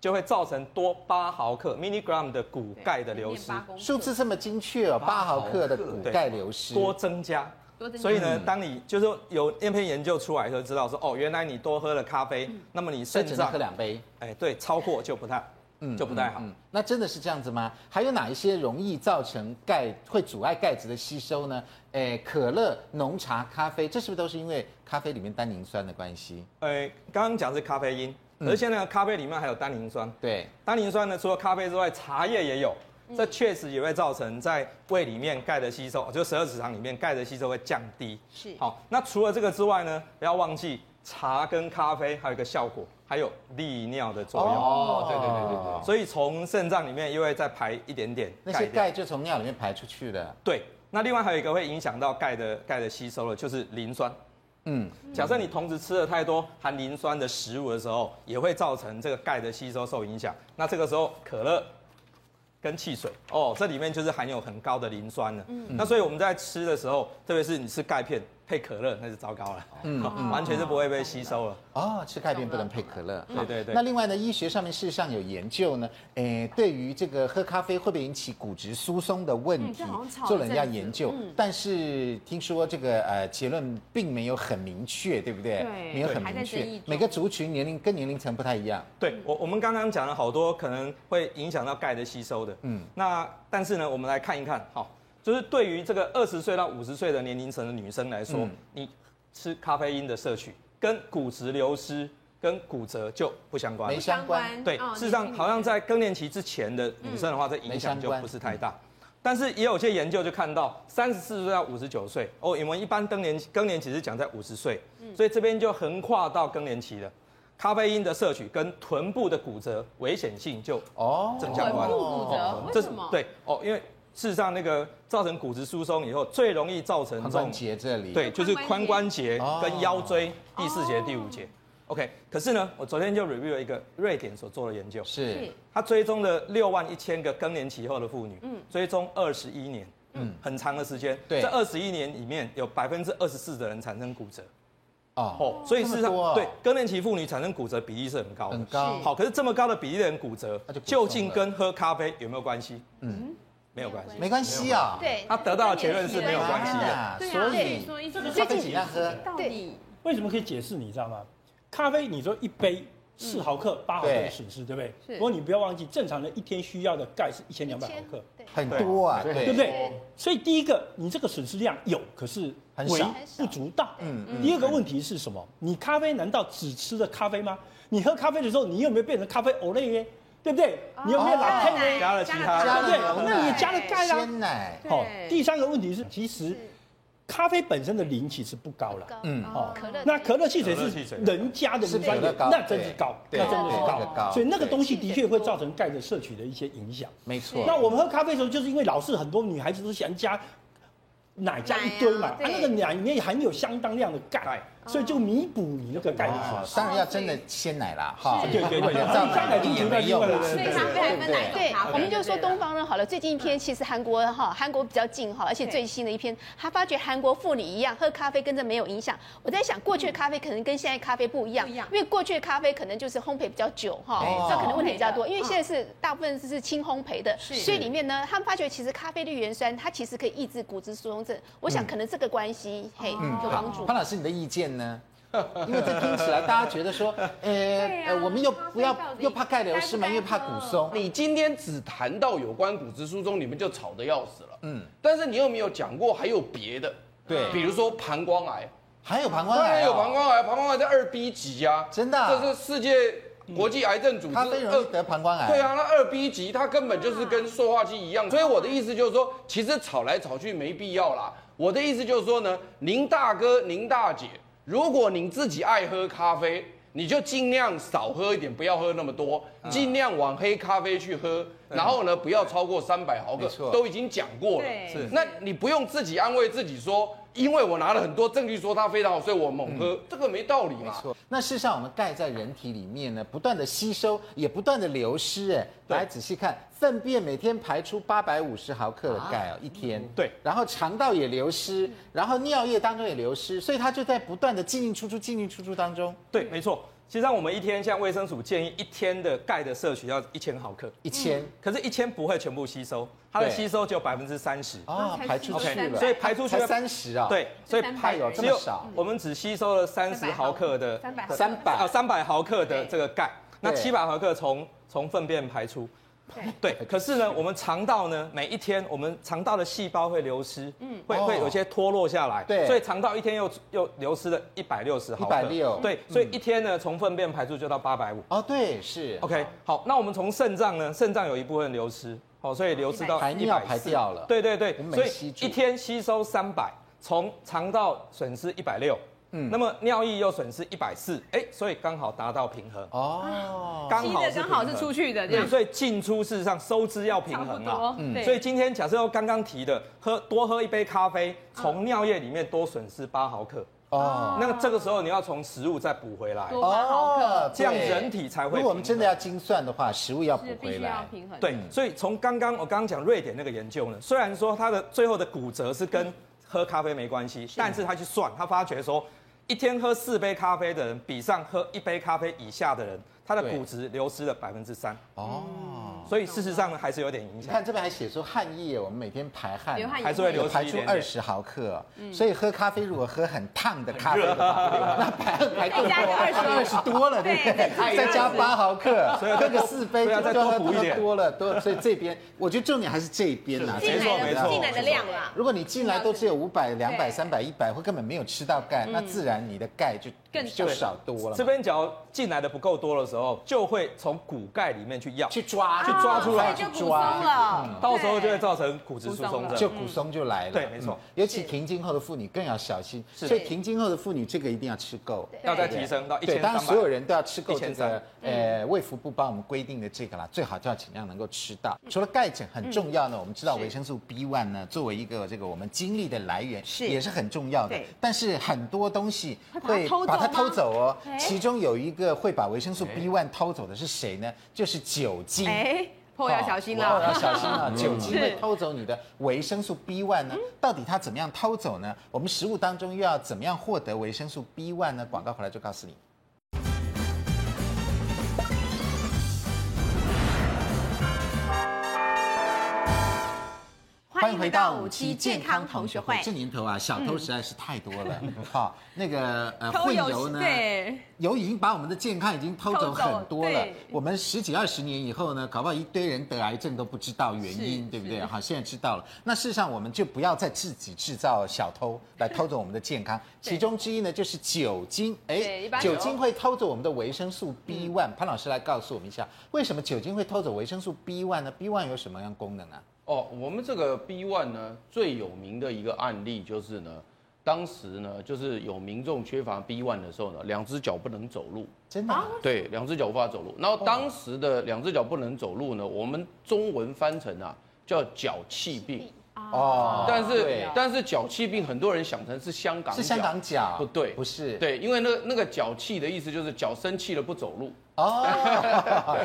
Speaker 5: 就会造成多八毫克 milligram 的骨钙的流失。
Speaker 1: 数字这么精确哦，八毫克的骨
Speaker 5: 对
Speaker 1: 钙流失，
Speaker 5: 多增加。
Speaker 2: 多增加
Speaker 5: 所以
Speaker 6: 嗯
Speaker 5: 呢，当你就是说有那篇研究出来的时候，知道说哦，原来你多喝了咖啡，
Speaker 2: 嗯
Speaker 5: 那么你
Speaker 6: 所以
Speaker 5: 肾
Speaker 6: 只能
Speaker 5: 脏
Speaker 6: 喝，两嗯杯。
Speaker 5: 哎，对，超过就不太，就不太好。
Speaker 1: 嗯那真的是这样子吗？还有哪一些容易造成钙会阻碍钙质的吸收呢？诶，可乐、浓茶、咖啡，这是不是都是因为咖啡里面单宁酸的关系？
Speaker 5: 哎，刚刚讲是咖啡因，
Speaker 6: 嗯
Speaker 5: 而且呢，咖啡里面还有单宁酸，
Speaker 1: 对，
Speaker 5: 单宁酸呢，除了咖啡之外，茶叶也有。
Speaker 2: 嗯
Speaker 5: 这确实也会造成在胃里面钙的吸收，就十二指肠里面钙的吸收会降低。
Speaker 2: 是
Speaker 5: 好，那除了这个之外呢，不要忘记茶跟咖啡还有一个效果，还有利尿的作用。
Speaker 1: 哦对对对对对
Speaker 5: 所以从肾脏里面又会再排一点点
Speaker 1: 那些
Speaker 5: 掉
Speaker 1: 钙就从尿里面排出去了。
Speaker 5: 对，那另外还有一个会影响到钙的钙的吸收了，就是磷酸。
Speaker 1: 嗯，
Speaker 5: 假设你同时吃了太多含磷酸的食物的时候，也会造成这个钙的吸收受影响。那这个时候，可乐跟汽水哦，这里面就是含有很高的磷酸了。
Speaker 1: 嗯
Speaker 5: 那所以我们在吃的时候，特别是你吃钙片配可乐，那是糟糕了，嗯， 完全是不会被吸收了。
Speaker 1: 哦，吃钙片不能配可乐。
Speaker 5: 懂了对对对
Speaker 1: 嗯那另外呢，医学上面事实上有研究呢，诶，对于这个喝咖啡会不会引起骨质疏松的问
Speaker 2: 嗯
Speaker 1: 题
Speaker 2: 这好像，吵
Speaker 1: 做了人家
Speaker 2: 一阵子
Speaker 1: 研究，但是听说这个呃结论并没有很明确，对不对？
Speaker 2: 对
Speaker 1: 没有很
Speaker 2: 还在
Speaker 1: 明
Speaker 2: 争议
Speaker 1: 确
Speaker 2: 中。
Speaker 1: 每个族群年龄跟年龄层不太一样。
Speaker 5: 对我，我们刚刚讲了好多可能会影响到钙的吸收的，嗯，那但是呢，我们来看一看，好，就是对于这个二十岁到五十岁的年龄层的女生来说，你吃咖啡因的摄取跟骨质流失跟骨折就不相关了
Speaker 1: 没相关
Speaker 5: 对，
Speaker 2: 哦
Speaker 5: 事实上
Speaker 2: 你
Speaker 5: 好像在更年期之前的女生
Speaker 1: 嗯
Speaker 5: 的话，这影响就不是太大。但是也有些研究就看到，三十四岁到五十九岁，哦，我们一般更年更年期是讲在五十岁，
Speaker 2: 嗯
Speaker 5: 所以这边就横跨到更年期了。咖啡因的摄取跟臀部的骨折危险性就
Speaker 1: 哦，
Speaker 5: 正相
Speaker 2: 臀
Speaker 5: 关。
Speaker 2: 部骨折，为
Speaker 5: 是
Speaker 2: 什么？，
Speaker 5: 对哦，因为事实上那个造成骨质疏松以后，最容易造成
Speaker 1: 髋
Speaker 5: 这
Speaker 1: 关
Speaker 5: 种
Speaker 1: 节这里。
Speaker 5: 对，就是髋关节
Speaker 1: 哦
Speaker 5: 跟腰椎第四
Speaker 2: 哦
Speaker 5: 节、第五节。OK，可是呢，我昨天就 review 了一个瑞典所做的研究，
Speaker 1: 是
Speaker 2: 是
Speaker 5: 他追踪了六万一千个更年期后的妇女，追踪二十一年，嗯，很长的时间。
Speaker 1: 对
Speaker 5: 这二十一年里面有百分之二十四的人产生骨折，
Speaker 1: 哦，
Speaker 5: 所以事实上，
Speaker 1: 这么多啊
Speaker 5: 对更年期妇女产生骨折比例是很高的，
Speaker 1: 很高
Speaker 5: 好，可是这么高的比例的人骨折
Speaker 1: 那就，不
Speaker 5: 究
Speaker 1: 重
Speaker 5: 竟
Speaker 1: 了
Speaker 5: 跟喝咖啡有没有关系？嗯，没有关系。
Speaker 1: 没关系啊。
Speaker 2: 对，
Speaker 5: 他得到的结论是没有关系的
Speaker 1: 啊
Speaker 2: 对啊
Speaker 1: 所
Speaker 2: 对
Speaker 1: 以
Speaker 2: 所以所以
Speaker 1: 咖啡尽量喝。
Speaker 2: 到底
Speaker 4: 为什么可以解释？你知道吗？咖啡，你说一杯四毫克、八毫克的损失，对不
Speaker 2: 是
Speaker 4: 对？不过你不要忘记，正常人一天需要的钙是一千两百毫克，
Speaker 1: 很多啊，
Speaker 4: 对不
Speaker 1: 对，
Speaker 4: 对？所以第一个，你这个损失量有，可是
Speaker 1: 很
Speaker 4: 微
Speaker 1: 少
Speaker 4: 不足道。嗯。第二个问题是什么？你咖啡难道只吃了咖啡吗？你喝咖啡的时候，你有没有变成咖啡 o l 耶？对不对？你有没有
Speaker 1: 哦
Speaker 4: 拉配呢？
Speaker 5: 加了其他
Speaker 4: 对
Speaker 1: 加了
Speaker 4: 不对
Speaker 1: 牛？奶
Speaker 4: 那你也加了钙啦。
Speaker 1: 鲜奶
Speaker 2: 对
Speaker 4: 好，第三个问题是，其实咖啡本身的磷其实不高了。
Speaker 1: 嗯
Speaker 2: 哦，可乐
Speaker 4: 那可乐汽水
Speaker 5: 可乐汽水
Speaker 4: 是人家的
Speaker 1: 是
Speaker 4: 磷酸
Speaker 1: 比那
Speaker 4: 盐，
Speaker 1: 高
Speaker 4: 那真是高，
Speaker 1: 对
Speaker 4: 那真的是
Speaker 1: 对那个高
Speaker 4: 高，所以那个
Speaker 1: 对
Speaker 4: 东西的确会造成钙的摄取的一些影响。
Speaker 1: 没错。
Speaker 4: 那我们喝咖啡的时候，就是因为老是很多女孩子都喜欢加奶加一堆嘛，
Speaker 2: 奶啊
Speaker 4: 它那个奶里面含有相当量的钙，所以就弥补你那个钙的损失。
Speaker 1: 哦当然要真的鲜奶啦，哈，
Speaker 4: 对对对
Speaker 1: 要造奶也没用啊啦，
Speaker 2: 所以咖啡还分哪一种
Speaker 7: 对
Speaker 2: 咖啡？，
Speaker 7: 我们就说东方人好了。最近一篇其实韩国
Speaker 2: 嗯
Speaker 7: 哈，韩国比较近哈，而且最新的一篇，他发觉韩国妇女一样喝咖啡跟这没有影响。我在想，过去的咖啡可能跟现在咖啡不一样，
Speaker 2: 不一样
Speaker 7: 因为过去的咖啡可能就是烘焙比较久哈
Speaker 1: 哦，
Speaker 7: 这可能问题比较多。
Speaker 2: 烘焙的
Speaker 7: 因为现在是大部分是轻烘焙的，
Speaker 2: 是
Speaker 7: 所以里面呢，他们发觉其实咖啡绿原酸它其实可以抑制骨质疏松症。我
Speaker 4: 嗯
Speaker 7: 想可能这个关系嘿
Speaker 2: 哦
Speaker 7: 有帮
Speaker 1: 好
Speaker 7: 助，
Speaker 1: 潘。老师，你的意见呢？ 因为这听起来大家觉得说，呃
Speaker 2: 啊
Speaker 1: 呃，我们又不要
Speaker 2: 咖啡到底
Speaker 1: 又怕钙流失嘛，
Speaker 2: 该不该
Speaker 1: 又怕骨松，
Speaker 3: 你今天只谈到有关骨质疏松，你们就吵得要死了。嗯，但是你有没有讲过还有别的？
Speaker 1: 对
Speaker 3: 比如说膀胱癌，
Speaker 1: 还有膀胱
Speaker 3: 当
Speaker 1: 癌
Speaker 3: 然
Speaker 1: 哦
Speaker 3: 有膀，胱癌，膀胱癌在二 B 级啊，
Speaker 1: 真的啊
Speaker 3: 这是世界国际癌症组织
Speaker 1: 咖啡容易得膀胱癌，
Speaker 3: 对，啊，那二 B 级它根本就是
Speaker 1: 啊
Speaker 3: 跟塑化剂一样，所以我的意思就是说，其实吵来吵去没必要啦。我的意思就是说呢，您大哥、您大姐，如果您自己爱喝咖啡，你就尽量少喝一点，不要喝那么多，
Speaker 1: 嗯
Speaker 3: 尽量往黑咖啡去喝，然后呢，不要超过三百毫克
Speaker 1: 没错，
Speaker 3: 都已经讲过了。
Speaker 2: 对
Speaker 5: 是
Speaker 3: 那你不用自己安慰自己说，因为我拿了很多证据说它非常好，所以我猛喝，这个没道理
Speaker 1: 嗯没
Speaker 3: 嘛。
Speaker 1: 错。那事实上，我们钙在人体里面呢，不断的吸收，也不断的流失。哎，来仔细看，粪便每天排出八百五十毫克的钙哦，一天。
Speaker 5: 啊嗯对
Speaker 1: 然后肠道也流失，然后尿液当中也流失，所以它就在不断的进进出出、进进出出当中。
Speaker 5: 对，没错。其实上我们一天像卫生署建议一天的钙的摄取要一千毫克，
Speaker 1: 一千
Speaker 2: 嗯
Speaker 5: 可是，一千不会全部吸收，它的
Speaker 1: 对
Speaker 5: 吸收只有百分之三十。
Speaker 1: 啊，
Speaker 2: 才
Speaker 1: 排出去
Speaker 5: OK，
Speaker 1: 了，
Speaker 5: 所以排出去
Speaker 1: 才三十啊，
Speaker 5: 对，所以
Speaker 2: 300
Speaker 5: 排
Speaker 1: 有这
Speaker 5: 只
Speaker 1: 么
Speaker 5: 有
Speaker 1: 少
Speaker 5: 我们只吸收了三十毫克的
Speaker 2: 三百
Speaker 1: 三百
Speaker 5: 啊，三百毫克的这个钙，那
Speaker 1: 对
Speaker 5: 七百毫克从从粪便排出。对，可是呢，我们肠道呢，每一天我们肠道的细胞会流失，嗯，会
Speaker 1: 哦
Speaker 5: 会有些脱落下来，
Speaker 1: 对
Speaker 5: 所以肠道一天又又流失了一百六十嗯毫克，
Speaker 1: 160
Speaker 5: 对，所以一天呢，从粪便排出就到八百五
Speaker 1: 哦，对，是
Speaker 5: OK，好，那我们从肾脏呢，肾脏有一部分流失，好，所以流失到
Speaker 1: 排尿
Speaker 5: 140
Speaker 1: 排掉了
Speaker 5: 对对对
Speaker 1: 我，们没
Speaker 5: 所以
Speaker 1: 吸住
Speaker 5: 一天吸收三百，从肠道损失一百六，嗯，那么尿液又损失一百四，哎，所以刚好达到平衡，
Speaker 1: 哦，
Speaker 5: 刚
Speaker 2: 吸
Speaker 5: 好
Speaker 2: 的
Speaker 5: 是
Speaker 2: 刚好是
Speaker 5: 平衡
Speaker 2: 出去的这
Speaker 5: 对，
Speaker 2: 样，
Speaker 5: 所以进出事实上收支要平
Speaker 2: 差不
Speaker 5: 衡啦。
Speaker 2: 多。
Speaker 1: 嗯
Speaker 2: 对，
Speaker 5: 所以今天假设用刚刚提的，喝多喝一杯咖啡，
Speaker 2: 嗯
Speaker 5: 从尿液里面多损失八毫克，
Speaker 1: 哦，
Speaker 5: 那这个时候你要从食物再补回来，
Speaker 2: 多八啊毫克
Speaker 5: 这样
Speaker 1: 哦对
Speaker 5: 人体才会
Speaker 1: 如果我们
Speaker 5: 平衡
Speaker 1: 真的要精算的话，食物要补
Speaker 2: 是必
Speaker 1: 回
Speaker 2: 须要
Speaker 1: 来，
Speaker 2: 平衡。
Speaker 5: 对，所以从刚刚我刚刚讲瑞典那个研究呢，虽然说它的最后的骨折是跟喝咖啡没关系，但是他去算，他发觉说，一天喝四杯咖啡的人，比上喝一杯咖啡以下的人，他的骨质流失了百分之三。
Speaker 1: 哦。
Speaker 5: 所以事实上呢，还是有点影
Speaker 1: 你
Speaker 5: 响。
Speaker 1: 看这边还写说汗液，我们每天排汗，
Speaker 2: 流汗嗯
Speaker 5: 还是会流失
Speaker 1: 排
Speaker 5: 一
Speaker 1: 出
Speaker 5: 点
Speaker 1: 二
Speaker 5: 点
Speaker 1: 十毫克，所以喝咖啡如果喝很烫的咖啡的话， 那排汗排更
Speaker 2: 再
Speaker 1: 多，
Speaker 2: 加个
Speaker 1: 二十
Speaker 2: 20
Speaker 1: 多了，对不
Speaker 2: 对
Speaker 1: 对？再加八毫克，
Speaker 5: 所以要
Speaker 1: 喝
Speaker 5: 再
Speaker 1: 个
Speaker 5: 多
Speaker 1: 四杯，
Speaker 5: 对啊再多
Speaker 1: 喝
Speaker 5: 补一点
Speaker 1: 多了多，所以这边我觉得重点还是这一边呐，
Speaker 5: 是
Speaker 2: 进
Speaker 5: 没错
Speaker 2: 来
Speaker 5: 没
Speaker 2: 的
Speaker 5: 错
Speaker 2: 进来的量
Speaker 7: 啊
Speaker 2: 啦，
Speaker 1: 如果你进来都只有五百、两百、
Speaker 2: 对嗯
Speaker 1: 三百、一百，或根本没有吃到钙，那自然你的钙就
Speaker 2: 更
Speaker 1: 就
Speaker 2: 少
Speaker 1: 少多了
Speaker 5: 这
Speaker 1: 嘛。
Speaker 5: 边只要进来的不够多的时候，就会从骨钙里面去要，
Speaker 1: 去抓，啊
Speaker 5: 去抓出来嗯
Speaker 2: 所以就
Speaker 1: 去
Speaker 2: 骨松了，
Speaker 5: 到时候就会
Speaker 2: 对
Speaker 5: 造成骨质疏
Speaker 2: 骨松
Speaker 5: 松
Speaker 2: 了
Speaker 1: 就
Speaker 5: 症。
Speaker 1: 骨松就来了。
Speaker 5: 对没错
Speaker 1: 嗯尤其停经后的妇女更要小心，
Speaker 5: 是
Speaker 1: 所以停经后的妇女这个一定要吃够。
Speaker 5: 要再提升到一
Speaker 1: 对，
Speaker 5: 千
Speaker 1: 当
Speaker 5: 三
Speaker 1: 然
Speaker 5: 百
Speaker 1: 所。有人都要吃够这个
Speaker 5: 1300，
Speaker 1: 呃，卫福部帮我们规定的这个啦，最好就要尽量能够吃到。除了钙锭很重要呢，我们知道维生素 B one 呢，作为一个这个我们精力的来源，
Speaker 2: 是
Speaker 1: 也是很重要的
Speaker 2: 对。
Speaker 1: 但是很多东西会
Speaker 2: 会把它偷走吗
Speaker 1: 把它偷走哦
Speaker 2: 哎，
Speaker 1: 其中有一个会把维生素 B one 偷走的是谁呢？就是酒精。
Speaker 2: 哎，破要小心
Speaker 1: 哦要
Speaker 2: 了。
Speaker 1: 小心啊！酒精会
Speaker 2: 是
Speaker 1: 偷走你的维生素 B one 呢？到底它怎么样偷走呢？我们食物当中又要怎么样获得维生素 B one 呢？广告回来就告诉你。欢迎回到五期健康同学会。这嗯年头啊，小偷实在是太多了。好、那个呃，
Speaker 2: 偷
Speaker 1: 混
Speaker 2: 油
Speaker 1: 油呢，
Speaker 2: 对，
Speaker 1: 油已经把我们的健康已经偷走很
Speaker 2: 偷
Speaker 1: 多了
Speaker 2: 走对。
Speaker 1: 我们十几二十年以后呢，搞不好一堆人得癌症都不知道原因，
Speaker 2: 是
Speaker 1: 对不对？
Speaker 2: 是
Speaker 1: 好，现在知道了。那事实上，我们就不要再自己制造小偷来偷走我们的健康。
Speaker 2: 对
Speaker 1: 其中之一呢，就是酒精。
Speaker 2: 对
Speaker 1: 哎
Speaker 2: 一，般嗯
Speaker 1: 酒
Speaker 2: 有
Speaker 1: 精会偷走我们的维生素 B one。潘老师来告诉我们一下，为什么酒精会偷走维生素 B one 呢？B one 有什么样功能啊？
Speaker 3: 哦，我们这个 B one 呢，最有名的一个案例就是呢，当时呢，就是有民众缺乏 B one 的时候呢，两只脚不能走路，
Speaker 1: 真的啊、
Speaker 3: 对，两只脚无法走路。然
Speaker 1: 哦
Speaker 3: 后当时的两只脚不能走路呢，我们中文翻成啊叫脚气病，
Speaker 2: 啊
Speaker 1: 哦
Speaker 3: 但是
Speaker 1: 对
Speaker 3: 但是脚气病很多人想成是香港
Speaker 1: 是香港脚？
Speaker 3: 不对
Speaker 1: 不是。
Speaker 3: 对，因为那个那个脚气的意思就是脚生气了不走路。
Speaker 1: 哦，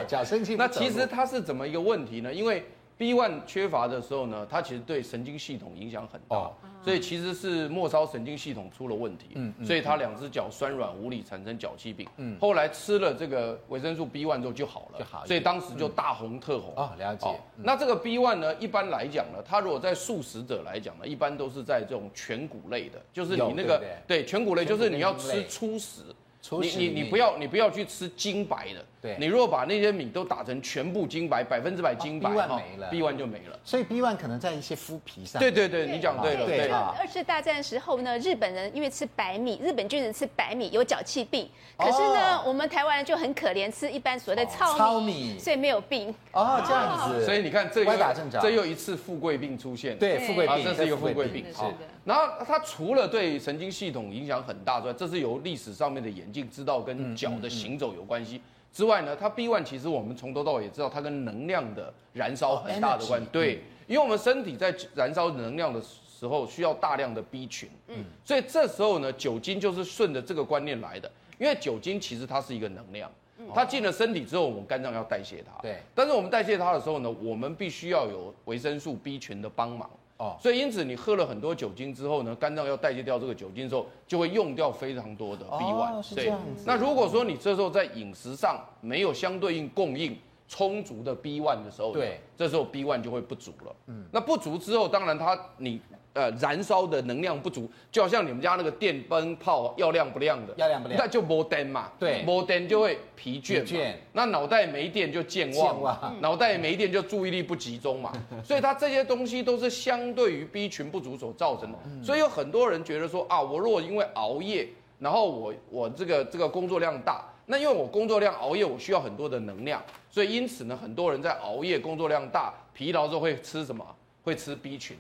Speaker 1: 脚生气不
Speaker 3: 那
Speaker 1: 走
Speaker 3: 其
Speaker 1: 路
Speaker 3: 实它是怎么一个问题呢？因为 B one 缺乏的时候呢，它其实对神经系统影响很大，
Speaker 1: 哦
Speaker 3: 所以其实是末梢神经系统出了问题，
Speaker 1: 嗯嗯
Speaker 3: 所以他两只脚酸软无力，产生脚气病。后来吃了这个维生素 B one 之后就好了，
Speaker 1: 就好一点嗯
Speaker 3: 所以当时就大红特红。
Speaker 1: 哦了解嗯
Speaker 3: 那这个 B one 呢，一般来讲呢，它如果在素食者来讲呢，一般都是在这种全谷类的，就是
Speaker 1: 有
Speaker 3: 你那个
Speaker 1: 对不
Speaker 3: 对全谷类，就是你要
Speaker 1: 全谷
Speaker 3: 吃
Speaker 1: 类
Speaker 3: 粗食。
Speaker 1: 粗食
Speaker 3: 你
Speaker 1: 里
Speaker 3: 你
Speaker 1: 面
Speaker 3: 你不要你不要去吃精白的，
Speaker 1: 对
Speaker 3: 你如果把那些米都打成全部精白，百分之百精白
Speaker 1: 哦，B1
Speaker 3: 哈
Speaker 1: 没了
Speaker 3: ，B one 就没了。
Speaker 1: 所以 B one 可能在一些麸皮上。
Speaker 3: 对对对，你讲对了，
Speaker 1: 对
Speaker 3: 对
Speaker 1: 啊
Speaker 3: 了。
Speaker 1: 啊
Speaker 7: 二次大战时候呢，日本人因为吃白米，日本军人吃白米有脚气病，可是呢，
Speaker 1: 哦
Speaker 7: 我们台湾人就很可怜，吃一般所谓的糙米，
Speaker 1: 糙米
Speaker 7: 所以没有病。
Speaker 1: 哦，这样子。
Speaker 3: 所以你看，这
Speaker 1: 歪
Speaker 3: 又
Speaker 1: 打正着，
Speaker 3: 这又一次富贵病出现。
Speaker 1: 对
Speaker 2: 对
Speaker 1: 富贵
Speaker 3: 啊
Speaker 1: 病，
Speaker 3: 这是一个富贵
Speaker 2: 病
Speaker 3: 病。
Speaker 2: 是的
Speaker 3: 好，然后它除了对神经系统影响很大之外，这是由历史上面的眼镜知道跟脚的行走有关系。之外呢，它 B one 其实我们从头到尾也知道它跟能量的燃烧很大的关系
Speaker 1: 哦，energy，
Speaker 3: 对，因为我们身体在燃烧能量的时候需要大量的 B 群，嗯，所以这时候呢，酒精就是顺着这个观念来的，因为酒精其实它是一个能量，它进了身体之后，我们肝脏要代谢它，
Speaker 1: 嗯对
Speaker 3: 但是我们代谢它的时候呢，我们必须要有维生素 B 群的帮忙。
Speaker 1: 哦
Speaker 3: 所以因此你喝了很多酒精之后呢，肝脏要代谢掉这个酒精之后，就会用掉非常多的 B 1
Speaker 1: 哦是这样子
Speaker 3: 那如果说你这时候在饮食上没有相对应供应充足的 B 1的时候呢，
Speaker 6: 对
Speaker 3: 这时候 B 1就会不足了。嗯，那不足之后，当然它你呃燃烧的能量不足，就好像你们家那个电灯泡要亮不亮的，
Speaker 1: 要亮不亮
Speaker 3: 那就没电嘛，
Speaker 1: 对
Speaker 3: 没电就会疲倦嘛，
Speaker 1: 疲倦
Speaker 3: 那脑袋没电就健忘
Speaker 1: 健
Speaker 3: 嘛，
Speaker 1: 忘
Speaker 3: 脑袋没电就注意力不集中嘛，所以它这些东西都是相对于 B 群不足所造成的。所以有很多人觉得说啊，我如果因为熬夜，然后我我这个这个工作量大，那因为我工作量熬夜，我需要很多的能量，所以因此呢，很多人在熬夜工作量大、疲劳之后会吃什么？会吃 B 群。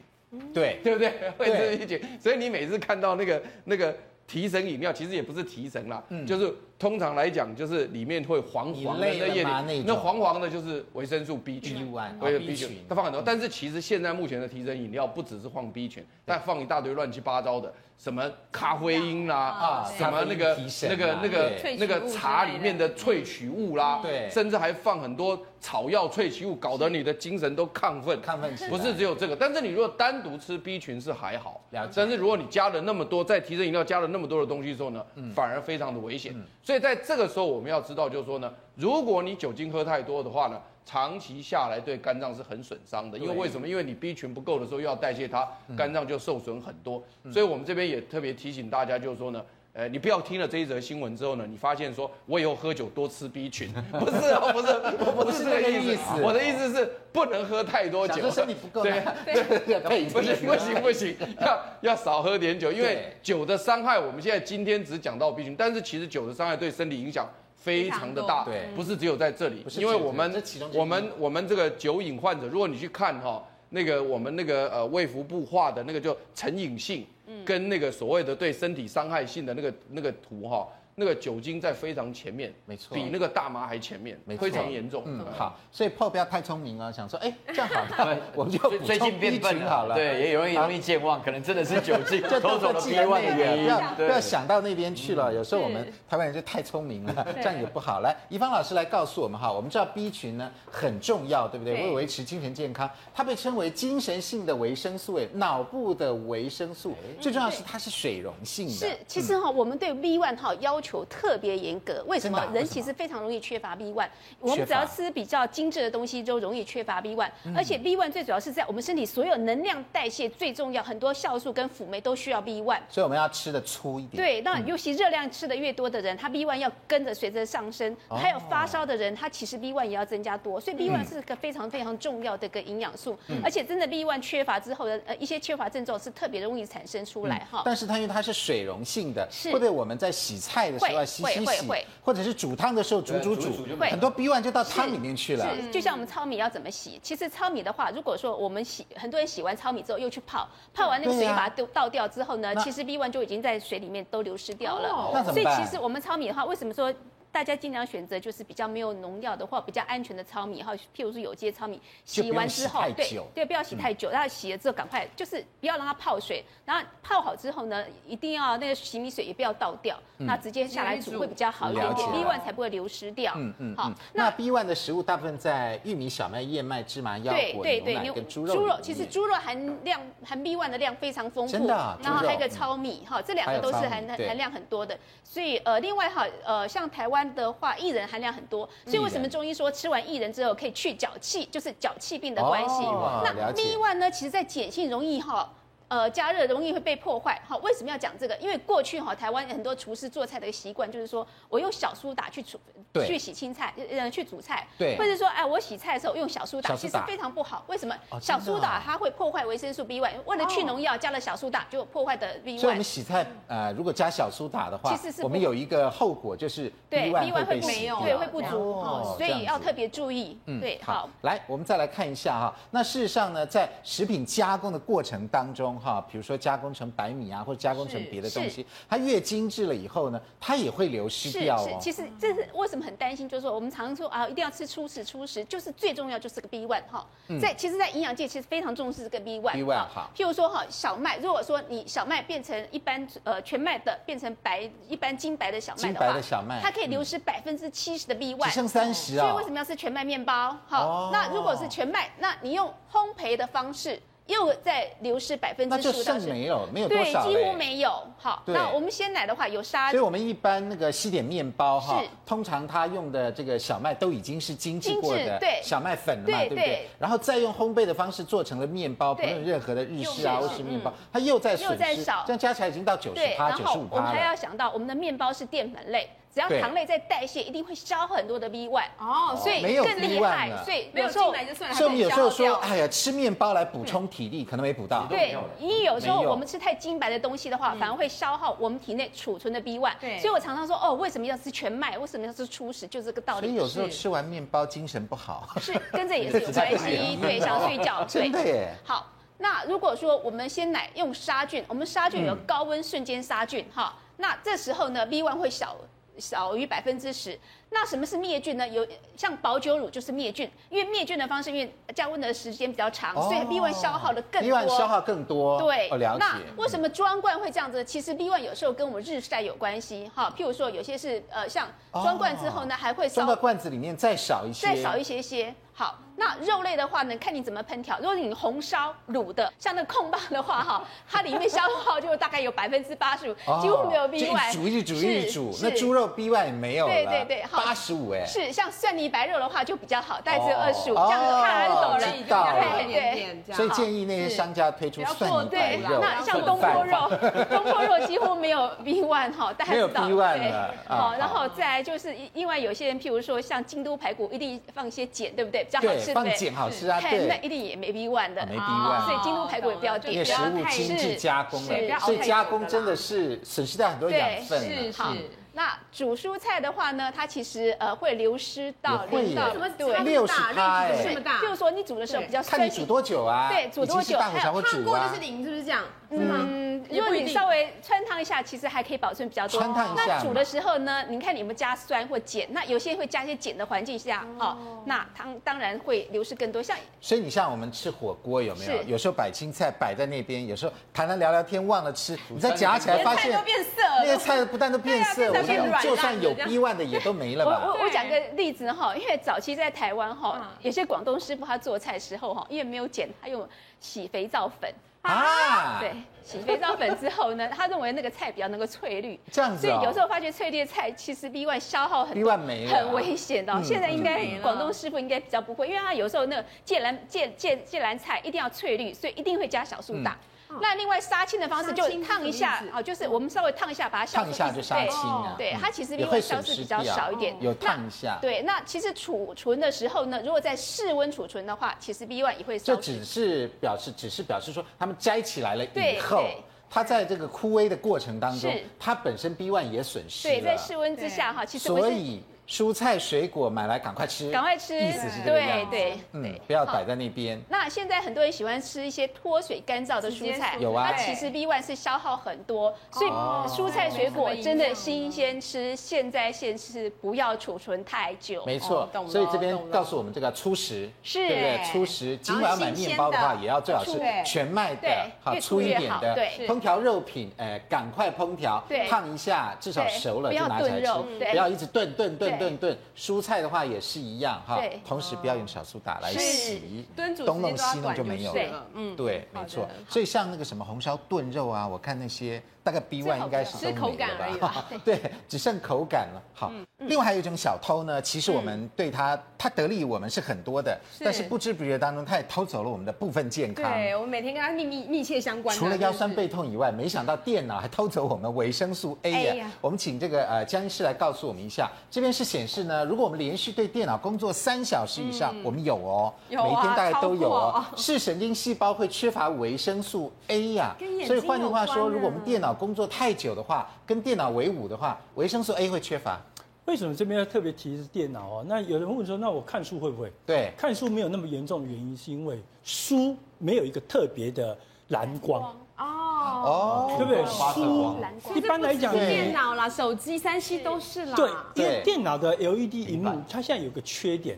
Speaker 1: 对，
Speaker 3: 对不对？会
Speaker 1: 对
Speaker 3: 吃一点，所以你每次看到那个那个提神饮料，其实也不是提神啦，
Speaker 1: 嗯
Speaker 3: 就是通常来讲，就是里面会黄黄的
Speaker 1: 你累了
Speaker 3: 液
Speaker 1: 吗那
Speaker 3: 体
Speaker 1: 种，
Speaker 3: 那黄黄的就是维生素 B 群
Speaker 1: B1
Speaker 3: 对
Speaker 1: 哦
Speaker 3: B
Speaker 1: B
Speaker 3: 群
Speaker 1: 群，
Speaker 3: 它放很多。但是其实现在目前的提神饮料不只是放 B 群，但放一大堆乱七八糟的，什么咖啡因啦，
Speaker 2: 啊
Speaker 3: 什么那
Speaker 1: 咖
Speaker 3: 个
Speaker 1: 啡因提神啊
Speaker 3: 那个那个
Speaker 2: 对
Speaker 3: 那个茶里面的萃取物啦，
Speaker 1: 嗯对
Speaker 3: 甚至还放很多草药萃取物，搞得你的精神都亢奋，
Speaker 1: 亢奋起来
Speaker 3: 不是只有这个，但是你如果单独吃 B 群是还好，
Speaker 1: 了解
Speaker 3: 但是如果你加了那么多，在提神饮料加了那么多的东西之后呢，
Speaker 1: 嗯
Speaker 3: 反而非常的危险。所以在这个时候，我们要知道就是说呢，如果你酒精喝太多的话呢，长期下来对肝脏是很损伤的。因为为什么？因为你 B 群不够的时候又要代谢它，
Speaker 1: 嗯
Speaker 3: 肝脏就受损很多。所以我们这边也特别提醒大家，就是说呢。呃，你不要听了这一则新闻之后呢，你发现说我以后喝酒多吃 B 群， 不是哦，不是，我不是这
Speaker 1: 不是这个
Speaker 3: 个意
Speaker 1: 意
Speaker 3: 思，
Speaker 1: 思
Speaker 3: 我的意思是不能喝太多
Speaker 1: 想
Speaker 3: 酒，
Speaker 1: 说身体不够，
Speaker 3: 对，
Speaker 1: 那 对，配
Speaker 3: 不行
Speaker 1: 进去
Speaker 3: 不行不行，要要少喝点酒，因为
Speaker 1: 对
Speaker 3: 酒的伤害，我们现在今天只讲到 B 群，但是其实酒的伤害对身体影响非常的
Speaker 1: 非
Speaker 3: 大，
Speaker 1: 常多对
Speaker 3: 不是只有在这里
Speaker 1: 不，是
Speaker 3: 因为我们
Speaker 1: 这其中之一
Speaker 3: 我们我们这个酒瘾患者，如果你去看哈、那个我们那个呃卫福部画的那个就成瘾性，
Speaker 1: 嗯
Speaker 3: 跟那个所谓的对身体伤害性的那个那个图哈、那个酒精在非常前面，
Speaker 1: 没错
Speaker 3: 比那个大麻还前面，
Speaker 1: 没错
Speaker 3: 非常严重。
Speaker 1: 嗯，好，所以 Paul 不要太聪明了，想说，哎，这样好， 那我们就
Speaker 6: 最
Speaker 1: 补
Speaker 6: 最近
Speaker 1: 充 B
Speaker 6: 变笨
Speaker 1: 群好了，
Speaker 6: 对，也容易容易健忘，可能真的是酒精
Speaker 1: 就
Speaker 6: 偷
Speaker 1: 偷
Speaker 6: 走
Speaker 1: 偷
Speaker 6: 了
Speaker 1: 记
Speaker 6: B
Speaker 1: 在
Speaker 6: one
Speaker 1: 那
Speaker 6: 的
Speaker 1: 边，
Speaker 6: 原
Speaker 1: 不
Speaker 6: 因
Speaker 1: 要。不
Speaker 6: 对
Speaker 1: 要想到那边去了。有时候
Speaker 2: 是
Speaker 1: 我们台湾人就太聪明了，
Speaker 2: 对
Speaker 1: 这样也不好。来，怡芳老师来告诉我们哈，我们知道 B 群呢很重要，对不对？
Speaker 2: 对
Speaker 1: 为维持精神健康，它被称为精神性的维生素，哎，脑部的维生素。最重要是它是水溶性的，
Speaker 7: 哎是，其实哈、我们对 B one 哈要求特别严格。为什
Speaker 1: 真的
Speaker 7: 么
Speaker 1: 啊
Speaker 7: 人
Speaker 1: 为什
Speaker 7: 其
Speaker 1: 么
Speaker 7: 实非常容易缺乏 B one？我们只
Speaker 1: 缺乏
Speaker 7: 要吃比较精致的东西，就容易缺乏 B one、而且 B one 最主要是在我们身体所有能量代谢最重要，很多酵素跟辅酶都需要 B one。
Speaker 1: 所以我们要吃的粗一点。嗯
Speaker 7: 对，那尤其热量吃的越多的人，他 B one 要跟着随着上升。
Speaker 1: 哦
Speaker 7: 还有发烧的人，他其实 B one 也要增加多，
Speaker 1: 嗯
Speaker 7: 所以 B one 是个非常非常重要的一个营养素。而且真的 B one 缺乏之后的呃一些缺乏症状是特别容易产生出来哈。
Speaker 1: 但是它因为它是水溶性的，
Speaker 7: 哦是
Speaker 1: 会不会我们在洗菜的时候
Speaker 7: 会
Speaker 1: 要洗洗
Speaker 7: 会
Speaker 1: 洗
Speaker 7: 会，
Speaker 1: 或者是煮汤的时候煮煮
Speaker 6: 煮一煮
Speaker 1: 煮
Speaker 6: 就，
Speaker 7: 没
Speaker 1: 很多 B one 就到汤里面去了。
Speaker 7: 是，就像我们糙米要怎么洗？其实糙米的话，如果说我们洗，很多人洗完糙米之后又去泡，泡完那个
Speaker 1: 对
Speaker 7: 水
Speaker 1: 呀
Speaker 7: 把它丢倒掉之后呢，
Speaker 1: 那
Speaker 7: 其实 B one 就已经在水里面都流失掉
Speaker 2: 哦
Speaker 7: 了。
Speaker 1: 那怎么
Speaker 7: 所以
Speaker 1: 办
Speaker 7: 其实我们糙米的话，为什么说？大家尽量选择就是比较没有农药的或比较安全的糙米哈，譬如说有机糙米，
Speaker 1: 就
Speaker 7: 洗完之后
Speaker 1: 不用洗太
Speaker 7: 对
Speaker 1: 久嗯
Speaker 7: 对，不要洗太久，然后洗了之后赶快就是不要让它泡水，然后泡好之后呢，一定要那个洗米水也不要倒掉，那直接下来
Speaker 2: 直接
Speaker 7: 煮
Speaker 2: 煮
Speaker 7: 会比较好一点
Speaker 1: 嗯
Speaker 7: 点
Speaker 1: 了解
Speaker 7: ，B one 才不会流失掉。
Speaker 1: 嗯嗯，
Speaker 7: 好
Speaker 1: 嗯，那 B one 的食物大部分在玉米、小麦、燕麦、芝麻、腰
Speaker 7: 对
Speaker 1: 果、
Speaker 7: 对
Speaker 1: 牛
Speaker 7: 对，
Speaker 1: 奶
Speaker 7: 牛
Speaker 1: 跟猪肉里面。
Speaker 7: 其实猪肉含量含 B one 的量非常丰富，
Speaker 1: 真的啊
Speaker 7: 然后
Speaker 1: 猪肉
Speaker 7: 还有一个糙米哈，这两
Speaker 1: 还
Speaker 7: 个
Speaker 1: 有
Speaker 7: 都是
Speaker 1: 糙米
Speaker 7: 含
Speaker 1: 对
Speaker 7: 含量很多的。所以呃，另外哈呃，像台湾的话，薏仁含量很多，所以为什么中医说吃完薏仁之后可以去脚气，就是脚气病的关系。
Speaker 1: 哦
Speaker 7: 那
Speaker 1: 了解
Speaker 7: B one 呢，其实在碱性容易哈。呃，加热容易会被破坏。哈，为什么要讲这个？因为过去哈，台湾很多厨师做菜的一个习惯就是说，我用小苏打去煮，
Speaker 1: 对
Speaker 7: 去洗青菜，呃，去煮菜，
Speaker 1: 对
Speaker 7: 或者说，哎，我洗菜的时候用小苏打，
Speaker 1: 小
Speaker 7: 其
Speaker 1: 苏
Speaker 7: 实
Speaker 1: 打
Speaker 7: 非常不好。为什么？
Speaker 1: 哦
Speaker 7: 小
Speaker 1: 真的
Speaker 7: 苏打
Speaker 1: 啊
Speaker 7: 它会破坏维生素 B one，为了去农药加了小苏打就破坏的 B
Speaker 1: 所以我们
Speaker 7: one。
Speaker 1: 洗菜，呃，如果加小苏打的话，
Speaker 7: 其实是不
Speaker 1: 我们有一个后果就是
Speaker 7: 对
Speaker 1: B one 会
Speaker 7: 会
Speaker 1: 被
Speaker 7: 不
Speaker 1: 洗掉，
Speaker 7: 对会不足，
Speaker 1: 哦
Speaker 7: 哦所
Speaker 1: 这样
Speaker 7: 以
Speaker 1: 子嗯
Speaker 7: 要特别注意。对，好。
Speaker 1: 来，我们再来看一下哈。那事实上呢，在食品加工的过程当中哈，比如说加工成白米啊，或者加工成
Speaker 2: 是
Speaker 1: 别的东西，它越精致了以后呢，它也会流失
Speaker 7: 是
Speaker 1: 掉
Speaker 7: 是
Speaker 1: 哦，。
Speaker 7: 其实这是为什么很担心，就是说我们常说啊，一定要吃粗食，粗食就是最重要就是个 B one 哈，在其实，在营养界其实非常重视这个 B one。
Speaker 1: B1 嗯好
Speaker 7: 譬如说哈，小麦，如果说你小麦变成一般呃全麦的，变成白一般精白的小麦
Speaker 1: 精
Speaker 7: 的
Speaker 1: 白
Speaker 7: 话，
Speaker 1: 的小麦嗯
Speaker 7: 它可以流失百分之七十的 B one，
Speaker 1: 只剩30啊
Speaker 7: 所以为什么要吃全麦面包？好，
Speaker 1: 哦
Speaker 7: 那如果是全麦，那你用烘焙的方式。又在流失百分
Speaker 1: 哦那就
Speaker 7: 之数到
Speaker 1: 剩
Speaker 7: 十，
Speaker 1: 没有，没有多
Speaker 7: 对，
Speaker 1: 少
Speaker 7: 几乎
Speaker 1: 嘞。
Speaker 7: 没有。好，
Speaker 1: 对
Speaker 7: 那我们鲜奶的话有沙
Speaker 1: 所以，我们一般那个西点面包哈
Speaker 7: 是，
Speaker 1: 通常它用的这个小麦都已经是精制过
Speaker 7: 精
Speaker 1: 的
Speaker 7: 致对
Speaker 1: 小麦粉了嘛，
Speaker 7: 对
Speaker 1: 对不对
Speaker 7: 对？
Speaker 1: 然后再用烘焙的方式做成了面包，不
Speaker 7: 对
Speaker 1: 论任何的日式啊、
Speaker 7: 又
Speaker 1: 欧
Speaker 7: 是
Speaker 1: 式面包，它又在损
Speaker 7: 嗯又在
Speaker 1: 失，
Speaker 7: 少
Speaker 1: 这样加起来已经到九十
Speaker 7: 对，
Speaker 1: 趴、
Speaker 7: 然
Speaker 1: 九
Speaker 7: 后
Speaker 1: 十五
Speaker 7: 我们
Speaker 1: 趴
Speaker 7: 还要
Speaker 1: 了。
Speaker 7: 想到，我们的面包是淀粉类，只要
Speaker 1: 对
Speaker 7: 糖类在代谢，一定会消很多的 B one，
Speaker 2: 哦，
Speaker 7: 所以
Speaker 1: 没有
Speaker 7: 更厉
Speaker 1: B1
Speaker 7: 害
Speaker 1: 了。
Speaker 7: 所以
Speaker 2: 没有
Speaker 7: 时
Speaker 2: 进
Speaker 7: 候
Speaker 2: 来就算了，
Speaker 1: 所以我们有时候说，
Speaker 2: 还被消掉
Speaker 1: 哎呀，吃面包来补充体力，可能没补到。
Speaker 7: 嗯对，因为有时候
Speaker 1: 没有
Speaker 7: 我们吃太精白的东西的话，反而会消耗我们体内储存的 B one。
Speaker 2: 嗯对
Speaker 7: 所以我常常说，哦，为什么要吃全麦？为什么要吃粗食？就这个道
Speaker 1: 所以
Speaker 7: 理。
Speaker 1: 有时候
Speaker 2: 是
Speaker 1: 吃完面包精神不好，
Speaker 7: 是跟这 也是有关系，对，想睡觉，对
Speaker 1: 真。的耶。
Speaker 7: 好，那如果说我们鲜奶用杀菌，我们杀菌有高温瞬间杀菌
Speaker 1: 嗯
Speaker 7: 哈，那这时候呢，B one 会小。少于百分之十，那什么是灭菌呢？有像保酒乳就是灭菌，因为灭菌的方式，因为加温的时间比较长，所以 B one 消耗的更多。
Speaker 1: 另外哦消耗更多。
Speaker 7: 对，
Speaker 1: 哦，了解。
Speaker 7: 那为什么装罐会这样子？其实 B one 有时候跟我们日晒有关系哈，譬如说有些是呃，像装罐之后呢，还会
Speaker 1: 哦装
Speaker 7: 烧
Speaker 1: 到罐子里面再少一些，
Speaker 7: 再少一些些。好，那肉类的话呢，看你怎么烹调。如果你红烧卤的，像那个控棒的 话哈，它里面消耗就大概有百分之八十五，几乎没有 B
Speaker 1: 哦就
Speaker 7: Y。
Speaker 1: 一直煮一直煮一直煮
Speaker 7: 是，
Speaker 1: 那猪肉 B Y 也没有了，
Speaker 7: 对对对好
Speaker 1: 八十五哎，
Speaker 7: 是像蒜泥白肉的话就比较好，大概只有
Speaker 1: 哦
Speaker 7: 二十五，这样子看就懂
Speaker 2: 所
Speaker 1: 哦
Speaker 7: 了
Speaker 2: 以。
Speaker 1: 知
Speaker 2: 就
Speaker 1: 道
Speaker 2: 加
Speaker 1: 了
Speaker 2: 一点点
Speaker 7: 啊
Speaker 2: 这样。
Speaker 1: 所以建议那些商家推出
Speaker 2: 不要
Speaker 1: 蒜
Speaker 2: 过
Speaker 1: 泥哦白
Speaker 7: 对
Speaker 2: 度啦
Speaker 1: 肉，
Speaker 7: 那像
Speaker 1: 炖
Speaker 7: 东
Speaker 1: 饭
Speaker 7: 坡肉，东坡肉几乎没有 B one 哈，大家
Speaker 1: 没有
Speaker 7: 知道
Speaker 1: B1 了
Speaker 7: 对
Speaker 1: 啊
Speaker 7: 好
Speaker 1: 好，
Speaker 7: 然后再来就是因因为有些人，譬如说像京都排骨，一定放一些碱，对不对？比较好
Speaker 1: 对，
Speaker 7: 吃，对不
Speaker 1: 放
Speaker 7: 对？
Speaker 1: 碱好吃啊，
Speaker 7: 嘿那
Speaker 1: 对，啊
Speaker 7: 一定也没 B one 的
Speaker 1: 没
Speaker 2: 哦
Speaker 1: B1
Speaker 7: 所以京都排骨也不要点
Speaker 1: 因为
Speaker 2: 就
Speaker 1: 食
Speaker 2: 不要
Speaker 1: 物
Speaker 2: 太
Speaker 1: 精致
Speaker 7: 是
Speaker 1: 加工
Speaker 2: 是不要
Speaker 1: 了，
Speaker 2: 熬
Speaker 1: 所以
Speaker 2: 太
Speaker 1: 加
Speaker 2: 久
Speaker 1: 工
Speaker 2: 的
Speaker 1: 真的
Speaker 2: 啦
Speaker 1: 是损失掉很多
Speaker 7: 对
Speaker 1: 养分啊，
Speaker 2: 是
Speaker 7: 好
Speaker 2: 是，
Speaker 7: 那煮蔬菜的话呢，它其实呃会流失到
Speaker 1: 也会
Speaker 7: 零
Speaker 1: 耶
Speaker 7: 到
Speaker 2: 怎么这
Speaker 7: 对
Speaker 2: 么大
Speaker 1: 60趴
Speaker 2: 量
Speaker 1: 哎
Speaker 2: 体这么大
Speaker 7: 譬？如说你煮的时候
Speaker 2: 对
Speaker 7: 比较
Speaker 1: 看
Speaker 7: 酸
Speaker 1: 你煮
Speaker 7: 性。
Speaker 1: 多久啊，
Speaker 7: 对煮多久
Speaker 1: 已经是大火
Speaker 7: 还
Speaker 1: 小
Speaker 7: 有
Speaker 1: 火
Speaker 2: 烫
Speaker 1: 煮
Speaker 2: 过
Speaker 1: 啊
Speaker 2: 就是，零，是不是这样？是吗？
Speaker 7: 嗯，
Speaker 2: 也
Speaker 7: 如
Speaker 2: 不
Speaker 7: 果
Speaker 2: 一定
Speaker 7: 你稍微穿烫一下，其实还可以保存比较多。
Speaker 1: 穿烫一下嘛
Speaker 7: 那煮的时候呢，你看你们加酸或碱，那有些会加一些碱的环境下，哦，那当当然会流失更多。像
Speaker 1: 所以你像我们吃火锅有没有？
Speaker 7: 是
Speaker 1: 有时候摆青菜摆在那边，有时候谈谈聊聊天忘了吃，你再夹起来
Speaker 2: 连
Speaker 1: 发
Speaker 2: 菜
Speaker 1: 现
Speaker 2: 都变色
Speaker 1: 那
Speaker 2: 了。
Speaker 1: 些菜不但都变色，
Speaker 2: 对啊变得
Speaker 1: 我跟你
Speaker 2: 变
Speaker 1: 讲
Speaker 2: 软
Speaker 1: 就算有
Speaker 2: 烂了
Speaker 1: B one 的也都没了
Speaker 7: 我
Speaker 1: 吧？
Speaker 7: 我我
Speaker 2: 对
Speaker 7: 讲个例子哈，因为早期在台湾哈
Speaker 2: 嗯，
Speaker 7: 有些广东师傅他做菜时候哈，因为没有碱，他用洗肥皂粉。
Speaker 1: 啊，
Speaker 7: 对，，洗肥皂粉之后呢，他认为那个菜比较能够翠绿，
Speaker 1: 这样子
Speaker 7: 所
Speaker 1: 哦
Speaker 7: 以有时候发觉翠绿的菜其实 B one 消耗很
Speaker 1: B
Speaker 7: 多
Speaker 1: one 没了，嗯
Speaker 7: 很危险的哦、现在应该
Speaker 2: 没了
Speaker 7: 广东师傅应该比较不会，因为他有时候那个芥兰芥芥芥兰菜一定要翠绿，所以一定会加小苏打。
Speaker 1: 嗯
Speaker 7: 那另外杀青的方式就
Speaker 2: 嗯杀青是
Speaker 7: 烫一下
Speaker 2: 什么意思
Speaker 7: 啊，就是我们稍微烫一下，把它消
Speaker 1: 烫一下
Speaker 7: 除
Speaker 1: 就杀青啊，
Speaker 7: 哦对，对，它其实
Speaker 1: 也
Speaker 7: B
Speaker 1: 会
Speaker 7: one
Speaker 1: 损
Speaker 7: 消
Speaker 1: 失
Speaker 7: 失比较
Speaker 1: 掉嗯
Speaker 7: 少一点。
Speaker 1: 有烫一下，，
Speaker 7: 对，那其实储存的时候呢，如果在室温储存的话，其实 B one 也会
Speaker 1: 就
Speaker 7: 消失
Speaker 1: 只是表示，只是表示说他们摘起来了以
Speaker 7: 对
Speaker 1: 后
Speaker 7: 对。
Speaker 1: 它在这个枯萎的过程当中
Speaker 7: 是，
Speaker 1: 它本身 B one 也损失了，
Speaker 7: 对，在室温之下哈，其实我
Speaker 1: 所
Speaker 7: 是
Speaker 1: 以蔬菜水果买来赶快吃，
Speaker 7: 赶快吃，
Speaker 1: 意思是这个样
Speaker 7: 对
Speaker 1: 子，
Speaker 7: 对
Speaker 1: 嗯
Speaker 7: 对，，
Speaker 1: 不要
Speaker 7: 好
Speaker 1: 摆在那边。
Speaker 7: 那现在很多人喜欢吃一些脱水干燥的蔬菜，
Speaker 1: 有啊哦
Speaker 7: 它其实 B one 是消耗很多，所以蔬菜水果真的新鲜吃，现在现吃，不要储存太久。
Speaker 1: 没错
Speaker 2: 哦，懂了
Speaker 1: 所以这边
Speaker 2: 懂了
Speaker 1: 告诉我们这个粗食，
Speaker 7: 是
Speaker 1: 对不对？粗食，尽管要买面包的
Speaker 2: 新
Speaker 1: 话，
Speaker 2: 鲜的
Speaker 1: 也要最好是
Speaker 2: 对
Speaker 1: 全麦的
Speaker 7: 对，
Speaker 1: 好
Speaker 7: 越粗
Speaker 1: 粗一
Speaker 7: 越
Speaker 1: 点
Speaker 7: 好
Speaker 1: 的。
Speaker 7: 对
Speaker 1: 烹调肉品，呃，赶快烹调
Speaker 7: 对，
Speaker 1: 烫一下，至少
Speaker 7: 对
Speaker 1: 熟了
Speaker 7: 不
Speaker 1: 就
Speaker 7: 要
Speaker 1: 拿起来
Speaker 7: 炖肉
Speaker 1: 吃，
Speaker 7: 对
Speaker 1: 不要一直炖炖炖
Speaker 7: 对
Speaker 1: 炖炖。蔬菜的话也是一样哈
Speaker 7: 对，
Speaker 1: 同时不要用小苏打来
Speaker 2: 是
Speaker 1: 洗，
Speaker 2: 炖煮时
Speaker 1: 东弄
Speaker 2: 间都要
Speaker 1: 西弄
Speaker 2: 短
Speaker 1: 就
Speaker 2: 就
Speaker 1: 没有
Speaker 2: 是
Speaker 1: 了
Speaker 2: 了。。嗯，
Speaker 1: 对，
Speaker 2: 好
Speaker 1: 没
Speaker 2: 的
Speaker 1: 错。所以像那个什么红烧炖肉啊，我看那些大概 B one 应该是
Speaker 2: 最好
Speaker 1: 都没了吧
Speaker 2: 吃口感而已啦 嗯
Speaker 1: 对，只剩口感了。好，另外还有一种小偷呢，其实我们对他，他得利我们是很多的，
Speaker 2: 是
Speaker 1: 但是不知不觉当中，他也偷走了我们的部分健康。
Speaker 2: 对，我们每天跟它密密密切相关的。
Speaker 1: 除了腰酸
Speaker 2: 就是
Speaker 1: 背痛以外，没想到电脑还偷走我们维生素 A
Speaker 2: 哎
Speaker 1: 呀、
Speaker 2: 呀
Speaker 1: 我们请这个呃江医师来告诉我们一下，这边是显示呢，如果我们连续对电脑工作三小时以上，我们有哦，
Speaker 2: 嗯有啊
Speaker 1: 每天大概都有哦
Speaker 2: 超，
Speaker 1: 视神经细胞会缺乏维生素 A 呀、
Speaker 2: 跟眼睛
Speaker 1: 所以换句话
Speaker 2: 有
Speaker 1: 说，
Speaker 2: 关啊
Speaker 1: 如果我们电脑工作太久的话，跟电脑为伍的话，维生素 A 会缺乏。
Speaker 4: 为什么这边要特别提是电脑啊？那有人问说，那我看书会不会？
Speaker 1: 对，
Speaker 4: 看书没有那么严重，的原因是因为书没有一个特别的蓝光，
Speaker 1: 嗯
Speaker 2: 哦，
Speaker 1: 哦，
Speaker 4: 对不对？
Speaker 1: 花色
Speaker 4: 书
Speaker 1: 光
Speaker 4: 一般来讲
Speaker 2: 这不只是
Speaker 1: 对
Speaker 2: 电脑啦、手机、三 C 都是啦。
Speaker 4: 对，因
Speaker 1: 对
Speaker 4: 为电脑的 LED 荧
Speaker 1: 明白
Speaker 4: 幕，它现在有个缺点，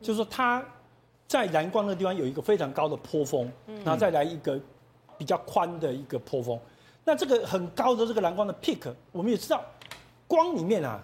Speaker 4: 就是说它在蓝光的地方有一个非常高的坡峰，然后再来一个比较宽的一个坡峰。那这个很高的这个蓝光的 peak，我们也知道，光里面啊，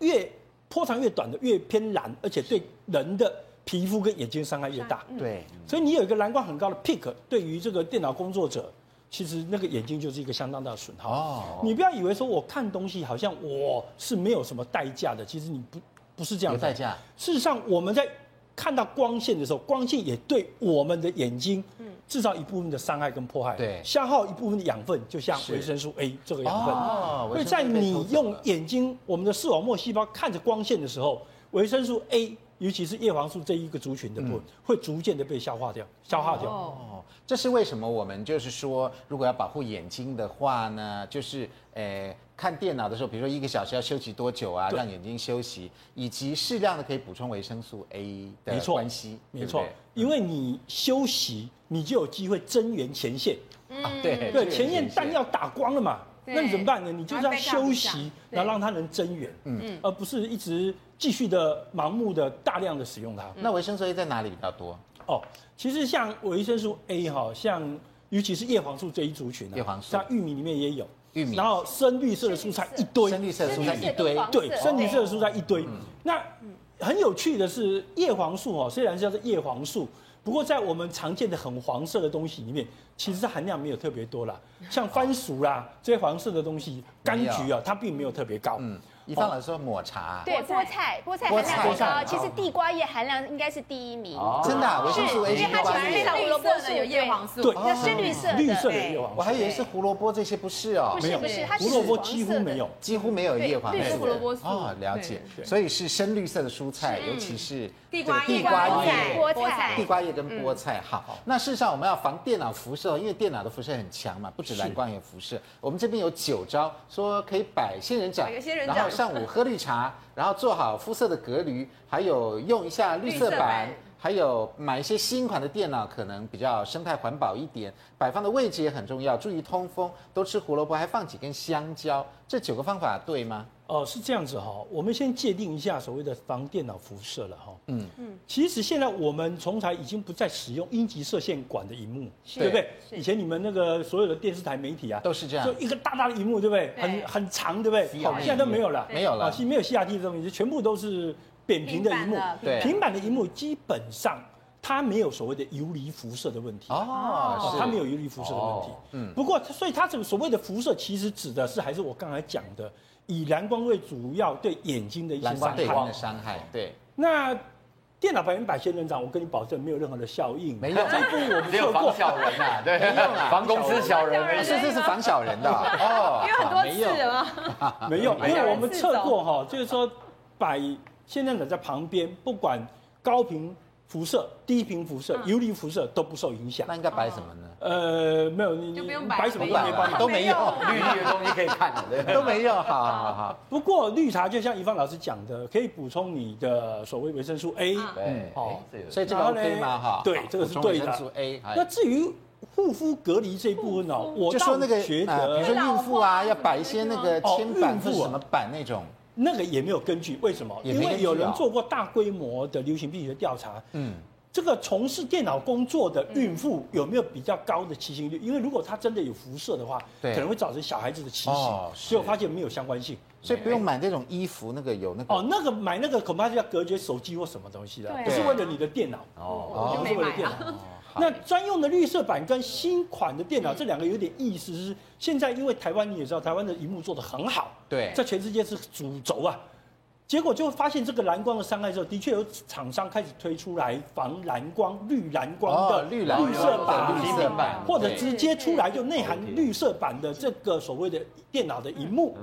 Speaker 4: 越波长越短的越偏蓝，而且对人的皮肤跟眼睛伤害越大。
Speaker 1: 对，
Speaker 4: 所以你有一个蓝光很高的 peak，对于这个电脑工作者，其实那个眼睛就是一个相当大的损耗。
Speaker 1: 哦
Speaker 4: 你不要以为说我看东西好像我是没有什么代价的，其实你不不是这样
Speaker 1: 有
Speaker 4: 的
Speaker 1: 代价。
Speaker 4: 事实上，我们在看到光线的时候，光线也对我们的眼睛，制造一部分的伤害跟迫害，
Speaker 1: 对
Speaker 4: 消耗一部分的养分，就像
Speaker 1: 是
Speaker 4: 维生素 A 这个养分。
Speaker 1: 哦，
Speaker 4: 所以在你用眼睛，我们的视网膜细胞看着光线的时候，维生素 A，尤其是叶黄素这一个族群的部
Speaker 1: 嗯
Speaker 4: 分，会逐渐的被消化掉、消耗掉。
Speaker 2: 哦，
Speaker 1: 哦，这是为什么？我们就是说，如果要保护眼睛的话呢，就是呃，看电脑的时候，比如说一个小时要休息多久啊，
Speaker 4: 对
Speaker 1: 让眼睛休息，以及适量的可以补充维生素 A 的
Speaker 4: 没错
Speaker 1: 关系，
Speaker 4: 没错
Speaker 1: 对，嗯
Speaker 4: 因为你休息，你就有机会增援前线。
Speaker 1: 不对啊对
Speaker 4: 对，前面弹药打光了嘛，
Speaker 2: 对
Speaker 4: 那你怎么办呢？你就是要休息，
Speaker 2: 然
Speaker 4: 然
Speaker 2: 后
Speaker 4: 后让它能增援，
Speaker 1: 嗯
Speaker 4: 嗯，而不是一直继续的盲目的大量的使用它。
Speaker 1: 那维生素 A 在哪里比较多？
Speaker 4: 哦，其实像维生素 A 哈，像尤其是叶黄素这一族群啊，
Speaker 1: 叶黄素
Speaker 4: 像玉米里面也有，
Speaker 1: 玉米
Speaker 4: 然后深绿色的蔬菜一堆，
Speaker 1: 深绿色的蔬菜一堆，
Speaker 4: 对，
Speaker 7: 哦
Speaker 4: 深绿色的蔬菜一堆。
Speaker 1: 嗯
Speaker 4: 那很有趣的是，叶黄素哦，虽然叫做叶黄素，不过在我们常见的很黄色的东西里面，其实它含量没有特别多啦。
Speaker 7: 嗯
Speaker 4: 像番薯啦这些黄色的东西，柑橘啊，它并没有特别高。
Speaker 1: 嗯，一方老师说抹茶，
Speaker 7: 对，
Speaker 2: 菠
Speaker 7: 菠
Speaker 2: 菜
Speaker 7: 菜，菠菜含量
Speaker 1: 菠
Speaker 7: 最
Speaker 1: 菜
Speaker 7: 高。其实地瓜叶含量应该是第一名，
Speaker 1: 真的啊维
Speaker 7: 是
Speaker 1: 生素 A
Speaker 7: 因为它
Speaker 1: 是
Speaker 7: 喜
Speaker 1: 花
Speaker 7: 欢
Speaker 1: 椰
Speaker 7: 绿
Speaker 1: 的
Speaker 7: 色胡萝卜素
Speaker 2: 的有叶黄素，
Speaker 4: 对，
Speaker 7: 那深绿色的
Speaker 4: 绿色的
Speaker 2: 对
Speaker 4: 叶黄
Speaker 1: 我
Speaker 4: 素，
Speaker 1: 还以为是胡萝卜，这些不是哦
Speaker 7: 不，是不是，它
Speaker 4: 胡
Speaker 7: 是
Speaker 4: 萝卜
Speaker 7: 黄
Speaker 4: 几
Speaker 7: 色
Speaker 4: 乎
Speaker 7: 的
Speaker 4: 没有。
Speaker 1: 几乎没有叶黄素
Speaker 7: 对
Speaker 1: 的
Speaker 7: 绿色胡萝
Speaker 2: 卜素
Speaker 1: 哦，了解，所以是深绿色的蔬菜，尤其是
Speaker 2: 地瓜
Speaker 1: 这个
Speaker 2: 叶、
Speaker 1: 地瓜
Speaker 7: 菠
Speaker 1: 叶
Speaker 7: 菜菠菜
Speaker 1: 地瓜叶跟菠
Speaker 2: 嗯
Speaker 1: 菜。好，那事实上我们要防电脑辐射，因为电脑的辐射很强嘛，不止蓝光有辐射。我们这边有九招，说可以摆仙人掌
Speaker 2: 摆个仙人，掌
Speaker 1: 然后上午喝绿茶，然后做好肤色的隔离，还有用一下绿色
Speaker 2: 绿色
Speaker 1: 板
Speaker 2: 板。
Speaker 1: 还有买一些新款的电脑，可能比较生态环保一点，摆放的位置也很重要，注意通风，多吃胡萝卜，还放几根香蕉。这九个方法对吗？
Speaker 4: 哦，是这样子哈、我们先界定一下所谓的防电脑辐射了哈、
Speaker 1: 嗯
Speaker 4: 嗯嗯，其实现在我们从台已经不再使用阴极射线管的荧幕，
Speaker 1: 是
Speaker 4: 对不对？
Speaker 2: 是
Speaker 4: 以前你们那个所有的电视台媒体啊，
Speaker 1: 都是这样
Speaker 4: 就一个大大的荧幕，对不对？
Speaker 2: 对
Speaker 4: 很很长，对不对？
Speaker 1: 好
Speaker 4: 现在都没有了，
Speaker 1: 没有了
Speaker 4: 啊，是没有 CRT 的东西，全部都是扁平的荧幕。
Speaker 1: 对
Speaker 4: 平板的荧幕基本上它没有所谓的游离辐射的问题。
Speaker 1: 哦
Speaker 4: 哦，，它没有游离辐射的问题。嗯，不过它所以它这个所谓的辐射，其实指的是还是我刚才讲的，以蓝光为主要对眼睛的一些
Speaker 1: 蓝光
Speaker 4: 伤
Speaker 1: 对光的
Speaker 4: 害。
Speaker 1: 伤害，对，
Speaker 4: 那电脑白云百仙人掌，我跟你保证没有任何的效应。
Speaker 1: 没有
Speaker 4: 这一步我们
Speaker 6: 只有
Speaker 4: 测
Speaker 6: 防
Speaker 4: 过。
Speaker 6: 小人呐、啊，对
Speaker 1: 没用啦，
Speaker 6: 防公司小人而
Speaker 1: 不
Speaker 6: 已。
Speaker 1: 是这是防小人的啊 哦，
Speaker 2: 因为很
Speaker 1: 好
Speaker 2: 多
Speaker 1: 没
Speaker 2: 次
Speaker 1: 用
Speaker 2: 了嘛，
Speaker 4: 没有，
Speaker 2: 没
Speaker 4: 因
Speaker 2: 有
Speaker 4: 为我们测过哈，就是说摆仙人掌在旁边，不管高频辐射、低频辐射、游离辐射都不受影响
Speaker 1: 那。应该摆什么呢？
Speaker 4: 呃，没有，你
Speaker 2: 就不用
Speaker 4: 你
Speaker 2: 摆
Speaker 4: 摆什么
Speaker 1: 不
Speaker 4: 都没
Speaker 1: 摆
Speaker 4: 办
Speaker 1: 了，
Speaker 4: 法。
Speaker 1: 都没用，
Speaker 3: 啊
Speaker 6: 绿绿的东西可以看的，对。
Speaker 1: 都没用，啊好好好，
Speaker 4: 不过绿茶就像一芳老师讲的，可以补充你的所谓维生素 A。
Speaker 2: 啊
Speaker 6: 对，
Speaker 4: 哦
Speaker 6: 这有
Speaker 1: 所以这个
Speaker 4: 然后呢
Speaker 1: OK 吗？哈，
Speaker 4: 对
Speaker 1: 好
Speaker 4: 这个是
Speaker 1: 补充维
Speaker 4: 对的
Speaker 1: 生素 A，哎
Speaker 4: 那至于护肤隔离这一部分哦，我
Speaker 1: 就说那个
Speaker 4: 倒觉
Speaker 1: 呃比如说
Speaker 4: 得
Speaker 1: 孕妇啊，要摆一些那个
Speaker 4: 哦
Speaker 1: 铅板
Speaker 4: 孕
Speaker 1: 或
Speaker 4: 妇啊
Speaker 1: 者什么板那种，
Speaker 4: 那个也没有根据，为什么？
Speaker 1: 也没根
Speaker 4: 因
Speaker 1: 据啊
Speaker 4: 为有人做过大规模的流行病学调查，
Speaker 1: 嗯，
Speaker 4: 这个从事电脑工作的孕妇有没有比较高的畸形率？因为如果她真的有辐射的话，
Speaker 1: 对
Speaker 4: 可能会造成小孩子的畸
Speaker 1: 哦
Speaker 4: 形，
Speaker 1: 是
Speaker 4: 所以我发现没有相关性。
Speaker 1: 所以不用买那种衣服，那个有那
Speaker 4: 哦
Speaker 1: 个，
Speaker 4: 那个买那个恐怕就要隔绝手机或什么东西了
Speaker 2: 对啊，
Speaker 4: 不是为了你的电脑，
Speaker 2: 哦
Speaker 4: 不是为了 电脑。那专用的绿色板跟新款的
Speaker 1: 嗯
Speaker 4: 电脑这两个有点意思是，现在因为台湾你也知道，台湾的荧幕做的很好，
Speaker 1: 对
Speaker 4: 在全世界是主轴啊。结果就发现这个蓝光的伤害之后，的确有厂商开始推出来防蓝光、绿蓝光
Speaker 1: 哦
Speaker 4: 的
Speaker 1: 绿蓝光
Speaker 4: 绿色板、
Speaker 1: 绿
Speaker 6: 基
Speaker 1: 色
Speaker 6: 本版
Speaker 4: 或者
Speaker 1: 对
Speaker 4: 直接出来就内含绿色版的这个所谓的电脑的荧幕。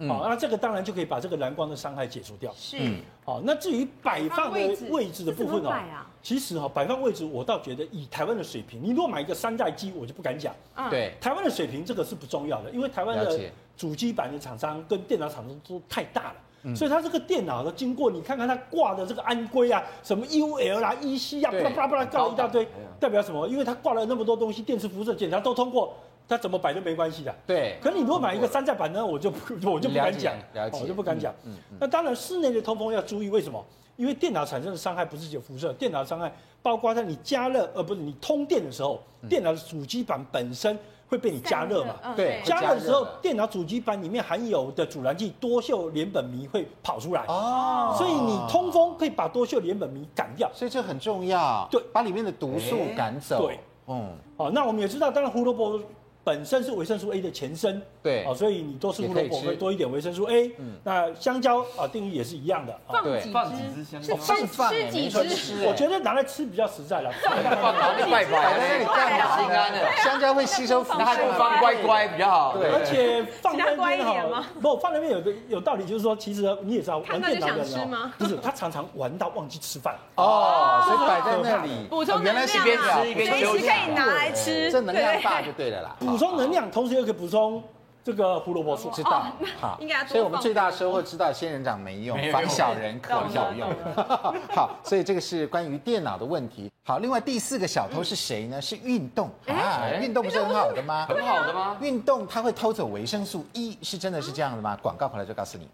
Speaker 4: 嗯，好、那这个当然就可以把这个蓝光的伤害解除掉。
Speaker 2: 是
Speaker 4: 好，那至于摆放的位置的部分
Speaker 2: 这怎么
Speaker 4: 哦
Speaker 2: 摆啊，
Speaker 4: 其实哈，摆放位置我倒觉得以台湾的水平，你如果买一个三代机，我就不敢讲。
Speaker 2: 嗯
Speaker 1: 对，
Speaker 4: 台湾的水平这个是不重要的，因为台湾
Speaker 1: 了
Speaker 4: 的
Speaker 1: 解
Speaker 4: 主机板的厂商跟电脑厂商都太大了。
Speaker 1: 嗯
Speaker 4: 所以它这个电脑的经过，你看看它挂的这个安规啊，什么 UL 啦、EC 啊，
Speaker 1: 对
Speaker 4: 巴拉巴拉搞了一大堆，代表什么？因为它挂了那么多东西，电磁辐射检查都通过，它怎么摆都没关系的。
Speaker 1: 对，
Speaker 4: 可你如果买一个山寨版呢，我就不 我就不敢讲哦
Speaker 1: 了，解了嗯解
Speaker 4: 我就不敢讲。那当然，室内的通风要注意，为什么？因为电脑产生的伤害不是只有辐射，
Speaker 1: 嗯
Speaker 4: 电脑伤害包括在你加热，呃，不是你通电的时候，电脑的主机板本身会被你加热嘛。
Speaker 2: 嗯
Speaker 1: 对
Speaker 4: 加热的时候
Speaker 1: 加热的，
Speaker 4: 电脑主机板里面含有的阻燃剂多溴联苯醚会跑出来，
Speaker 1: 哦
Speaker 4: 所以你通，风可以把多溴联苯醚赶掉。
Speaker 1: 所以这很重要，
Speaker 4: 对哎
Speaker 1: 把里面的毒素赶走，
Speaker 4: 对，
Speaker 1: 嗯，
Speaker 4: 哦，那我们也知道，当然胡萝卜本身是维生素 A 的前身，
Speaker 1: 对
Speaker 4: 哦，所以你多吃胡萝
Speaker 1: 也可
Speaker 4: 卜
Speaker 1: 以吃嗯
Speaker 4: 会多一点维生素 A。那香蕉啊，定义也是一样的。啊
Speaker 2: 放几
Speaker 6: 放几支香
Speaker 2: 只，
Speaker 6: 蕉
Speaker 2: 是吃
Speaker 1: 放
Speaker 2: 吃几
Speaker 1: 放
Speaker 2: 只，
Speaker 1: 吃
Speaker 4: 我觉得拿来吃比较实在了。
Speaker 6: 放哪里拜
Speaker 1: 摆在那
Speaker 6: 拜
Speaker 1: 里？干嘛
Speaker 6: 心安
Speaker 1: 呢
Speaker 6: 的，？
Speaker 1: 香蕉会吸收辐
Speaker 6: 那他就
Speaker 1: 射
Speaker 6: 放
Speaker 1: 吗，
Speaker 6: 乖乖比较好。
Speaker 1: 对
Speaker 4: 而且放
Speaker 2: 其他
Speaker 4: 在那
Speaker 2: 乖一
Speaker 4: 边
Speaker 2: 点吗
Speaker 4: 哈，不放在那边有个有道理，就是说，其实你也知道，
Speaker 2: 看
Speaker 4: 玩
Speaker 2: 到就
Speaker 4: 电脑的
Speaker 2: 想吃
Speaker 4: 人哦
Speaker 2: 吗，
Speaker 4: 不是他常常玩到忘记吃饭。
Speaker 1: 哦，所以摆在那里，
Speaker 2: 补充能量啊
Speaker 1: 哦原来是边吃一边
Speaker 2: 随时
Speaker 1: 休息
Speaker 2: 可以拿来吃
Speaker 1: 这能量
Speaker 2: 对
Speaker 1: 大就对了啦，
Speaker 4: 补充能量，同时又可以补充这个胡萝卜素。
Speaker 1: 知道，好
Speaker 2: 哦应该要，多
Speaker 1: 所以我们
Speaker 2: 放
Speaker 1: 最大收获知道仙人掌没用，防小人可
Speaker 2: 懂
Speaker 1: 有
Speaker 2: 了
Speaker 1: 用
Speaker 2: 懂。
Speaker 1: 好，所以这个是关于电脑的问题。好，另外第四个小偷是谁呢？是运动
Speaker 2: 哎
Speaker 1: 啊，运动不是很好的吗？
Speaker 6: 很好的吗？
Speaker 1: 运动它会偷走维生素 E，是真的是这样的吗？广告回来就告诉你。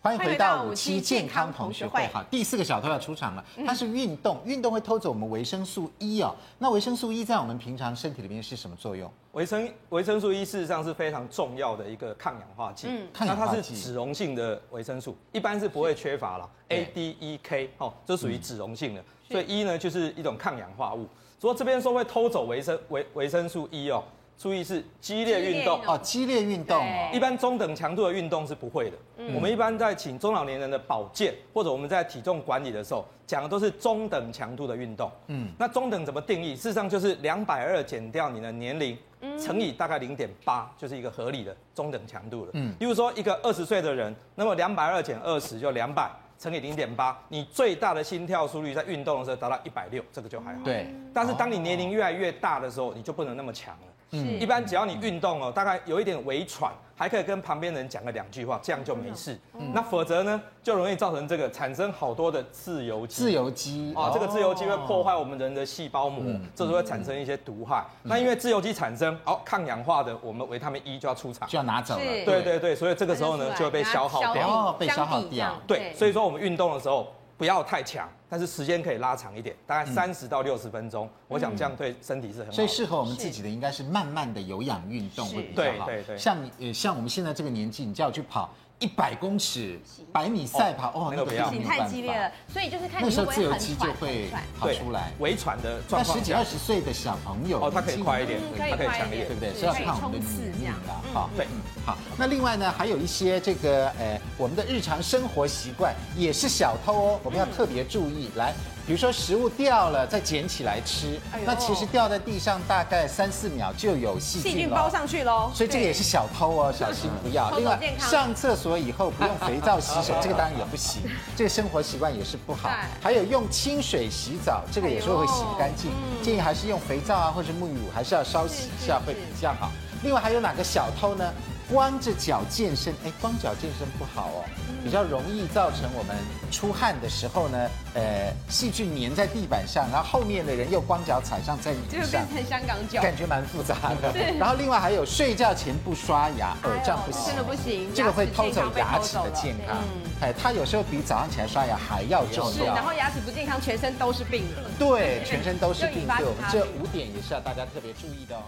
Speaker 1: 欢迎回到五期健康同学会。嗯好，第四个小偷要出场了，它是运动，运动会偷走我们维生素 E 哦。那维生素 E 在我们平常身体里面是什么作用？
Speaker 5: 维生维生素 E 事实上是非常重要的一个抗氧化剂，
Speaker 1: 抗
Speaker 5: 那
Speaker 1: 氧化
Speaker 5: 它
Speaker 1: 剂
Speaker 5: 是脂溶性的维生素，一般是不会缺乏啦。
Speaker 1: 对
Speaker 5: A、D、E、K 哦，这属于
Speaker 1: 嗯
Speaker 5: 脂溶性的，所以 E 呢就是一种抗氧化物。不过这边说会偷走维生维维生素 E 哦，注意是激烈运
Speaker 2: 激
Speaker 5: 动
Speaker 2: 烈运，动
Speaker 1: 哦，激烈运动哦。
Speaker 5: 一般中等强度的运动是不会的。我们一般在请中老年人的保健，或者我们在体重管理的时候，讲的都是中等强度的运动。嗯，那中等怎么定义？事实上就是两百二减掉你的年龄，乘以大概零点八，就是一个合理的中等强度了。嗯，例如说一个二十岁的人，那么两百二减二十就两百。乘以零点八，你最大的心跳速率在运动的时候达到一百六，这个就还好。
Speaker 1: 对，
Speaker 5: 但是当你年龄越来越大的时候，你就不能那么强了。
Speaker 2: 嗯
Speaker 5: 一般只要你运动哦，大概有一点微喘，还可以跟旁边人讲个两句话，这样就没事。嗯那否则呢，就容易造成这个产生好多的自由基。
Speaker 1: 自由基
Speaker 5: 哦，这嗯个自由基会破坏我们人的细胞膜，这时候会产生一些毒害。那因为自由基产生，哦，抗氧化的，我们维他命 E 就要出场。
Speaker 1: 就要拿走了。
Speaker 2: 是
Speaker 5: 对对对，所以这个时候
Speaker 2: 拿出
Speaker 5: 呢
Speaker 2: 来
Speaker 5: 就会被消耗
Speaker 2: 拿
Speaker 5: 掉。
Speaker 1: 哦被消耗
Speaker 2: 相抵这样
Speaker 1: 掉
Speaker 5: 对，所以说我们运动的时候不要太强，但是时间可以拉长一点，大概三十到六十分钟，我想这样对身体是很好的。
Speaker 1: 嗯所以适合我们自己的应该是慢慢的有氧运动会比较好。
Speaker 5: 对对对
Speaker 1: 像你呃像我们现在这个年纪，你叫我去跑一百公尺、百米赛跑，哦，那
Speaker 5: 那个
Speaker 1: 个
Speaker 5: 不要
Speaker 1: 没
Speaker 2: 你
Speaker 1: 有
Speaker 2: 太
Speaker 1: 办
Speaker 2: 激烈了
Speaker 1: 法。，
Speaker 2: 所以就是看
Speaker 1: 那
Speaker 2: 你
Speaker 1: 时
Speaker 2: 会
Speaker 1: 候
Speaker 2: 不
Speaker 1: 自
Speaker 2: 会
Speaker 1: 由
Speaker 2: 很
Speaker 1: 基
Speaker 2: 喘
Speaker 1: 就会
Speaker 2: 很喘
Speaker 1: 跑出来。
Speaker 5: 微喘的
Speaker 1: 那
Speaker 5: 状况
Speaker 1: 十几
Speaker 5: 下
Speaker 1: 二十岁的小朋友，
Speaker 5: 哦他可以
Speaker 1: 年纪
Speaker 5: 快一点
Speaker 2: 嗯
Speaker 1: 对
Speaker 5: 可以它快一点
Speaker 1: 对不对？是要看我们的
Speaker 2: 冲刺
Speaker 1: 年
Speaker 2: 这
Speaker 1: 龄
Speaker 2: 样
Speaker 1: 啦。好，
Speaker 5: 对
Speaker 1: 嗯好。那另外呢，还有一些这个呃，我们的日常生活习惯也是小偷哦，我们要特别注意。来，比如说食物掉了，再捡起来吃
Speaker 2: 哎，呦
Speaker 1: 那其实掉在地上大概三四秒就有细
Speaker 2: 细
Speaker 1: 菌
Speaker 2: 菌
Speaker 1: 了。哦
Speaker 2: 包上去喽。
Speaker 1: 所以这个也是小偷哦，小心不要。
Speaker 2: 偷走
Speaker 1: 另外
Speaker 2: 健，康
Speaker 1: 上厕所以后不用肥皂洗手，这个当然也不行，这个生活习惯也是不好
Speaker 2: 对。
Speaker 1: 还有用清水洗澡，这个有时候会洗不干净，
Speaker 2: 嗯
Speaker 1: 建议还是用肥皂啊或者沐浴乳，还是要稍洗一下
Speaker 2: 是是
Speaker 1: 会比较好。另外还有哪个小偷呢？光着脚健身，哎，光脚健身不好哦，
Speaker 2: 嗯
Speaker 1: 比较容易造成我们出汗的时候呢，呃，细菌粘在地板上，然后后面的人又光脚踩上在
Speaker 2: 就
Speaker 1: 泥
Speaker 2: 会
Speaker 1: 上
Speaker 2: 变，成香港脚，
Speaker 1: 感觉蛮复杂 的。然后另外还有睡觉前不刷牙，哦，这样不行，
Speaker 2: 真的不行
Speaker 1: 这个会偷走
Speaker 2: 牙
Speaker 1: 牙
Speaker 2: 齿
Speaker 1: 齿
Speaker 2: 的
Speaker 1: 的
Speaker 2: 健
Speaker 1: 健
Speaker 2: 康
Speaker 1: 康。哎，它有时候比早上起来刷牙还要重
Speaker 2: 嗯是，啊然
Speaker 1: 要。
Speaker 2: 后牙齿不健康，全身都是病。
Speaker 1: 对，全身都是
Speaker 2: 又
Speaker 1: 病
Speaker 2: 引发
Speaker 1: 对，
Speaker 2: 其
Speaker 1: 我们
Speaker 2: 他
Speaker 1: 这
Speaker 2: 病
Speaker 1: 五点也是要大家特别注意的哦。